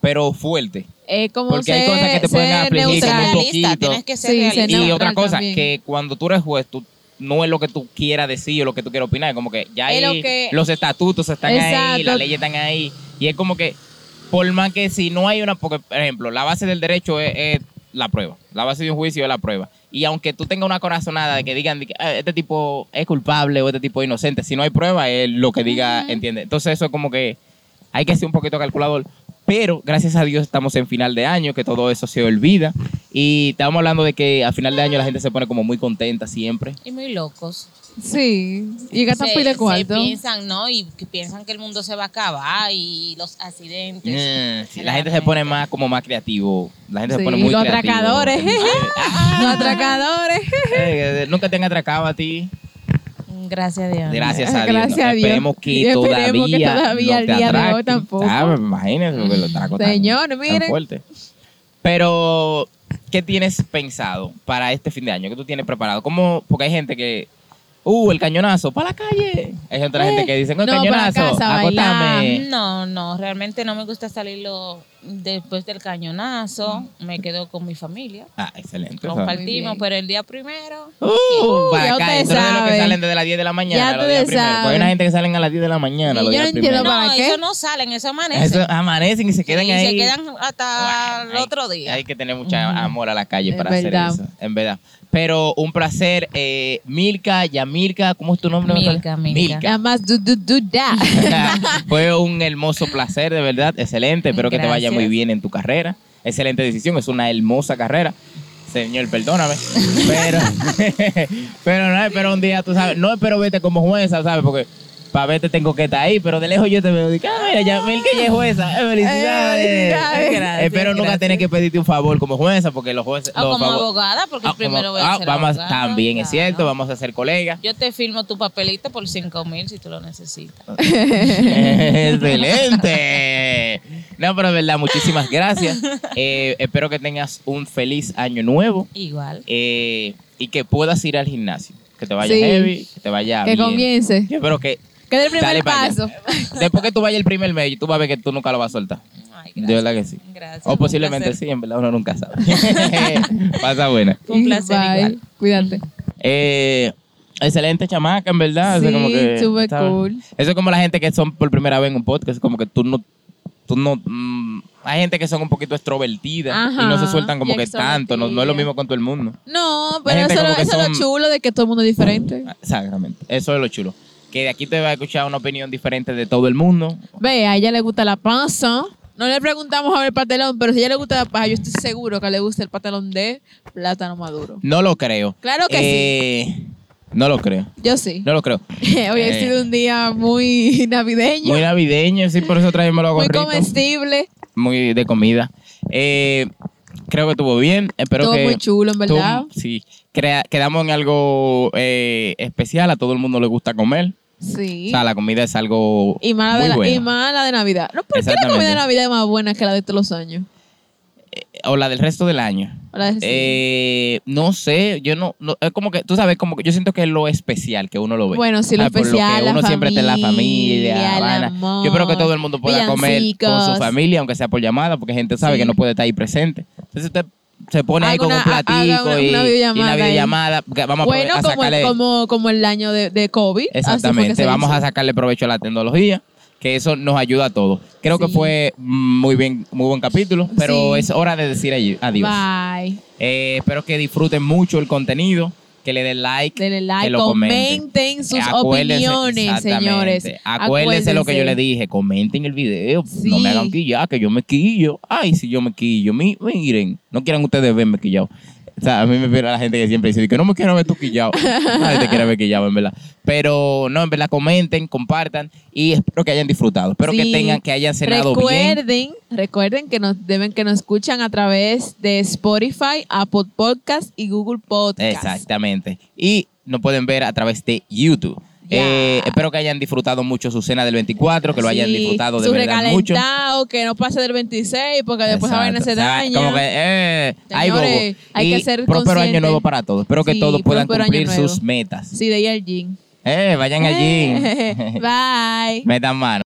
A: pero fuerte.
B: Es como
A: Porque hay
B: ser-
A: cosas que te pueden
B: ser
A: afligir como
B: neutral.
A: un poco.
E: Realista,
A: poquito.
E: tienes que ser
B: Sí, ser
E: realista.
A: Y
B: neutral
A: otra cosa,
B: también.
A: que cuando tú eres juez, tú no es lo que tú quieras decir o lo que tú quieras opinar. Es como que ya
B: Es lo
A: ahí
B: que-
A: los estatutos están ahí,
B: Exacto.
A: las leyes están ahí. Y es como que, por más que si no hay una, porque, por ejemplo, la base del derecho es, es la prueba. La base de un juicio es la prueba. Y aunque tú tengas una corazonada de que digan de que, "Ah, este tipo es culpable o este tipo es inocente, si no hay prueba es lo que diga, ¿entiendes? Entonces eso es como que hay que ser un poquito calculador. Pero gracias a Dios estamos en final de año, que todo eso se olvida. Y estábamos hablando de que a final de año la gente se pone como muy contenta siempre.
E: Y muy locos.
B: Sí, y gastan
E: Se-
B: pila de
E: se
B: cuarto.
E: piensan, ¿no? Y que piensan que el mundo se va a acabar y los accidentes.
A: Mm, sí, la gente se pone más como más creativo. La gente se
B: Sí,
A: pone muy
B: los
A: creativo.
B: atracadores.
A: Ah,
B: Los atracadores.
A: eh, eh, nunca te han atracado a ti.
E: Gracias a Dios.
A: Gracias a Dios.
B: Gracias a Dios.
A: Esperemos que
B: Y esperemos
A: todavía,
B: que todavía
A: no
B: al
A: te
B: día de hoy
A: atraquen.
B: tampoco.
A: Ah, imagínense porque los atracos tan-
B: Señor,
A: tan
B: miren.
A: fuertes. Pero, ¿qué tienes pensado para este fin de año? ¿Qué tú tienes preparado? ¿Cómo? Porque hay gente que. Uh, el cañonazo, para la calle. Hay otra
B: Eh,
A: gente que dice, no, el
B: no, para
A: cañonazo,
B: casa a
A: acótame.
E: No, no, realmente no me gusta salirlo después del cañonazo. Me quedo con mi familia.
A: Ah, excelente. eso.
E: Compartimos,
B: bien.
E: pero el día primero.
A: Uh, para
B: ya
A: acá,
B: ustedes
A: entonces los que
B: saben.
A: salen desde las 10 de la mañana,
B: Ya
A: los días
B: ustedes
A: primeros. Porque hay
B: saben.
A: una gente que salen a las 10 de la mañana,
B: Y
A: los
B: yo
A: días
B: no entiendo
A: primeros.
E: No,
B: ¿Para qué?
E: eso no salen, eso amanece.
A: Eso amanecen y se quedan
E: y
A: ahí.
E: se quedan hasta el
A: Hay-
E: otro día.
A: Hay que tener mucho amor a la calle
B: Es
A: para
B: verdad.
A: hacer eso. En verdad. Pero un placer. Eh, Milka, Yamilka, ¿cómo es tu nombre?
E: Milka, Milka.
B: Nada más do, do, do that.
A: Fue un hermoso placer, de verdad. Excelente. Espero que te vaya
E: Gracias.
A: muy bien en tu carrera. Excelente decisión. Es una hermosa carrera. Señor, perdóname. Pero, pero no espero un día, tú sabes. No espero verte como jueza, ¿sabes? Porque para verte tengo que estar ahí, pero de lejos yo te veo. Digo, ah, mira, ya, Milka ya es jueza. Eh, felicidades.
B: Eh, felicidades.
A: Espero nunca tener que pedirte un favor como jueza, porque los jueces.
E: O
A: los
E: Ah, como
A: favor-
E: abogada, porque
A: Ah,
E: primero
A: como-
E: voy a
A: ah,
E: ser
A: vamos,
E: abogada,
A: También es
E: claro.
A: cierto, vamos a ser colegas.
E: Yo te firmo tu papelito por 5 mil si tú lo necesitas.
A: Excelente. No, pero de verdad, muchísimas gracias. Eh, espero que tengas un feliz año nuevo
E: Igual.
A: eh, y que puedas ir al gimnasio. Que te vaya
B: Sí.
A: heavy, que te vaya
B: que
A: bien.
B: comience.
A: Yo espero que...
B: Que dé el primer
A: dale pa' allá.
B: paso.
A: Después que tú vayas el primer mes, tú vas a ver que tú nunca lo vas a soltar.
E: Ay,
A: De
E: gracias.
A: verdad que sí.
E: Gracias,
A: o
E: un
A: posiblemente
E: placer.
A: sí, en verdad uno nunca sabe. Pasa buena.
E: Fue un placer
B: Bye.
E: igual.
B: Cuídate.
A: Eh, excelente chamaca, en verdad.
B: Sí,
A: Eso como que,
B: súper cool.
A: Eso es como la gente que son por primera vez en un podcast, como que tú no... Tú no mm, hay gente que son un poquito extrovertidas y no se
B: Ajá,
A: sueltan como
B: y
A: que tanto. No, no es lo
B: extrovertidas.
A: mismo con todo el mundo.
B: No, pero
A: gente
B: eso,
A: como
B: lo-
A: que
B: eso
A: son-
B: es lo chulo de que todo el mundo es diferente.
A: Exactamente. Eso es lo chulo. Que de aquí te va a escuchar una opinión diferente de todo el mundo.
B: Ve, a ella le gusta la panza. No le preguntamos a ver el patelón, pero si a ella le gusta la paja, yo estoy seguro que le gusta el patelón de plátano maduro.
A: No lo creo.
B: Claro que
A: sí. No lo creo.
B: Yo sí.
A: No lo creo.
B: Hoy ha
A: Eh.
B: sido un día muy navideño,
A: Muy
B: muy,
A: navideño, sí, por eso traemos los gorritos.
B: comestible.
A: Muy de comida. Eh, creo que estuvo bien. Espero
B: todo
A: que...
B: muy chulo, en verdad.
A: Tú- sí, Crea- quedamos en algo eh, especial. A todo el mundo le gusta comer. O
B: Sí.
A: sea, la comida es algo.
B: Y más, la
A: muy
B: de la,
A: bueno.
B: y más la de Navidad. No, ¿Por qué la comida
A: Exactamente.
B: de Navidad es más buena que la de todos los años?
A: O la del resto del año.
B: O la de-
A: Eh, no sé, yo no, no- Es como que, tú sabes, como que yo siento que es lo especial que uno lo ve.
B: Bueno, sí, lo
A: Ah, por
B: especial,
A: que
B: la
A: uno siempre está en la familia.
B: familia, el
A: vaina.
B: amor,
A: yo espero que todo el mundo pueda comer con su
B: villancicos.
A: familia, aunque sea por llamada, porque gente sabe
B: Sí.
A: que no puede estar ahí presente. Entonces usted se pone ahí
B: Haga
A: con un
B: una- haga
A: platico
B: una-
A: y,
B: una
A: y
B: videollamada
A: una
B: ahí.
A: videollamada. Vamos
B: bueno,
A: a, a
B: como,
A: sacarle.
B: como, como el año de, de COVID. así fue que
A: Exactamente,
B: se
A: vamos
B: hizo.
A: a sacarle provecho a la tecnología, que eso nos ayuda a todos. Creo que
B: Sí.
A: fue muy bien, muy buen capítulo, pero
B: Sí.
A: es hora de decir allí- adiós.
B: Bye.
A: Eh, espero que disfruten mucho el contenido, que le den like,
B: Denle
A: que
B: like,
A: lo
B: comenten, sus
A: Acuérdense-
B: opiniones,
A: exactamente.
B: señores.
A: Acuérdense lo que yo
B: Acuérdense.
A: le dije, comenten el video, no
B: Sí.
A: me hagan quillar, que yo me quillo. Ay, si yo me quillo, mi- miren, no quieran ustedes verme quillado. O sea, a mí me viene la gente que siempre dice que no me quiero ver tú quillado. Nadie te quiere ver quillado, en verdad. Pero no, en verdad, comenten, compartan y espero que hayan disfrutado. Espero que
B: Sí.
A: tengan, que hayan cenado bien.
B: recuerden, Recuerden que nos deben que nos escuchan a través de Spotify, Apple Podcast y Google Podcast.
A: Exactamente. Y nos pueden ver a través de YouTube.
B: Ya.
A: Eh, espero que hayan disfrutado mucho su cena del 24, que lo hayan
B: Sí,
A: disfrutado de
B: su
A: verdad mucho.
B: recalentado, que no pase del 26 porque después la vaina
A: Exacto.
B: se
A: O sea,
B: daña.
A: Como que, eh, hay bobo.
B: Señores, hay que ser
A: próspero año
B: conscientes.
A: nuevo para todos. Espero que
B: Sí,
A: todos puedan
B: próspero año
A: cumplir
B: nuevo.
A: sus metas.
B: Sí, de ahí al gym.
A: Eh, vayan allí.
B: Bye.
A: Metan mano.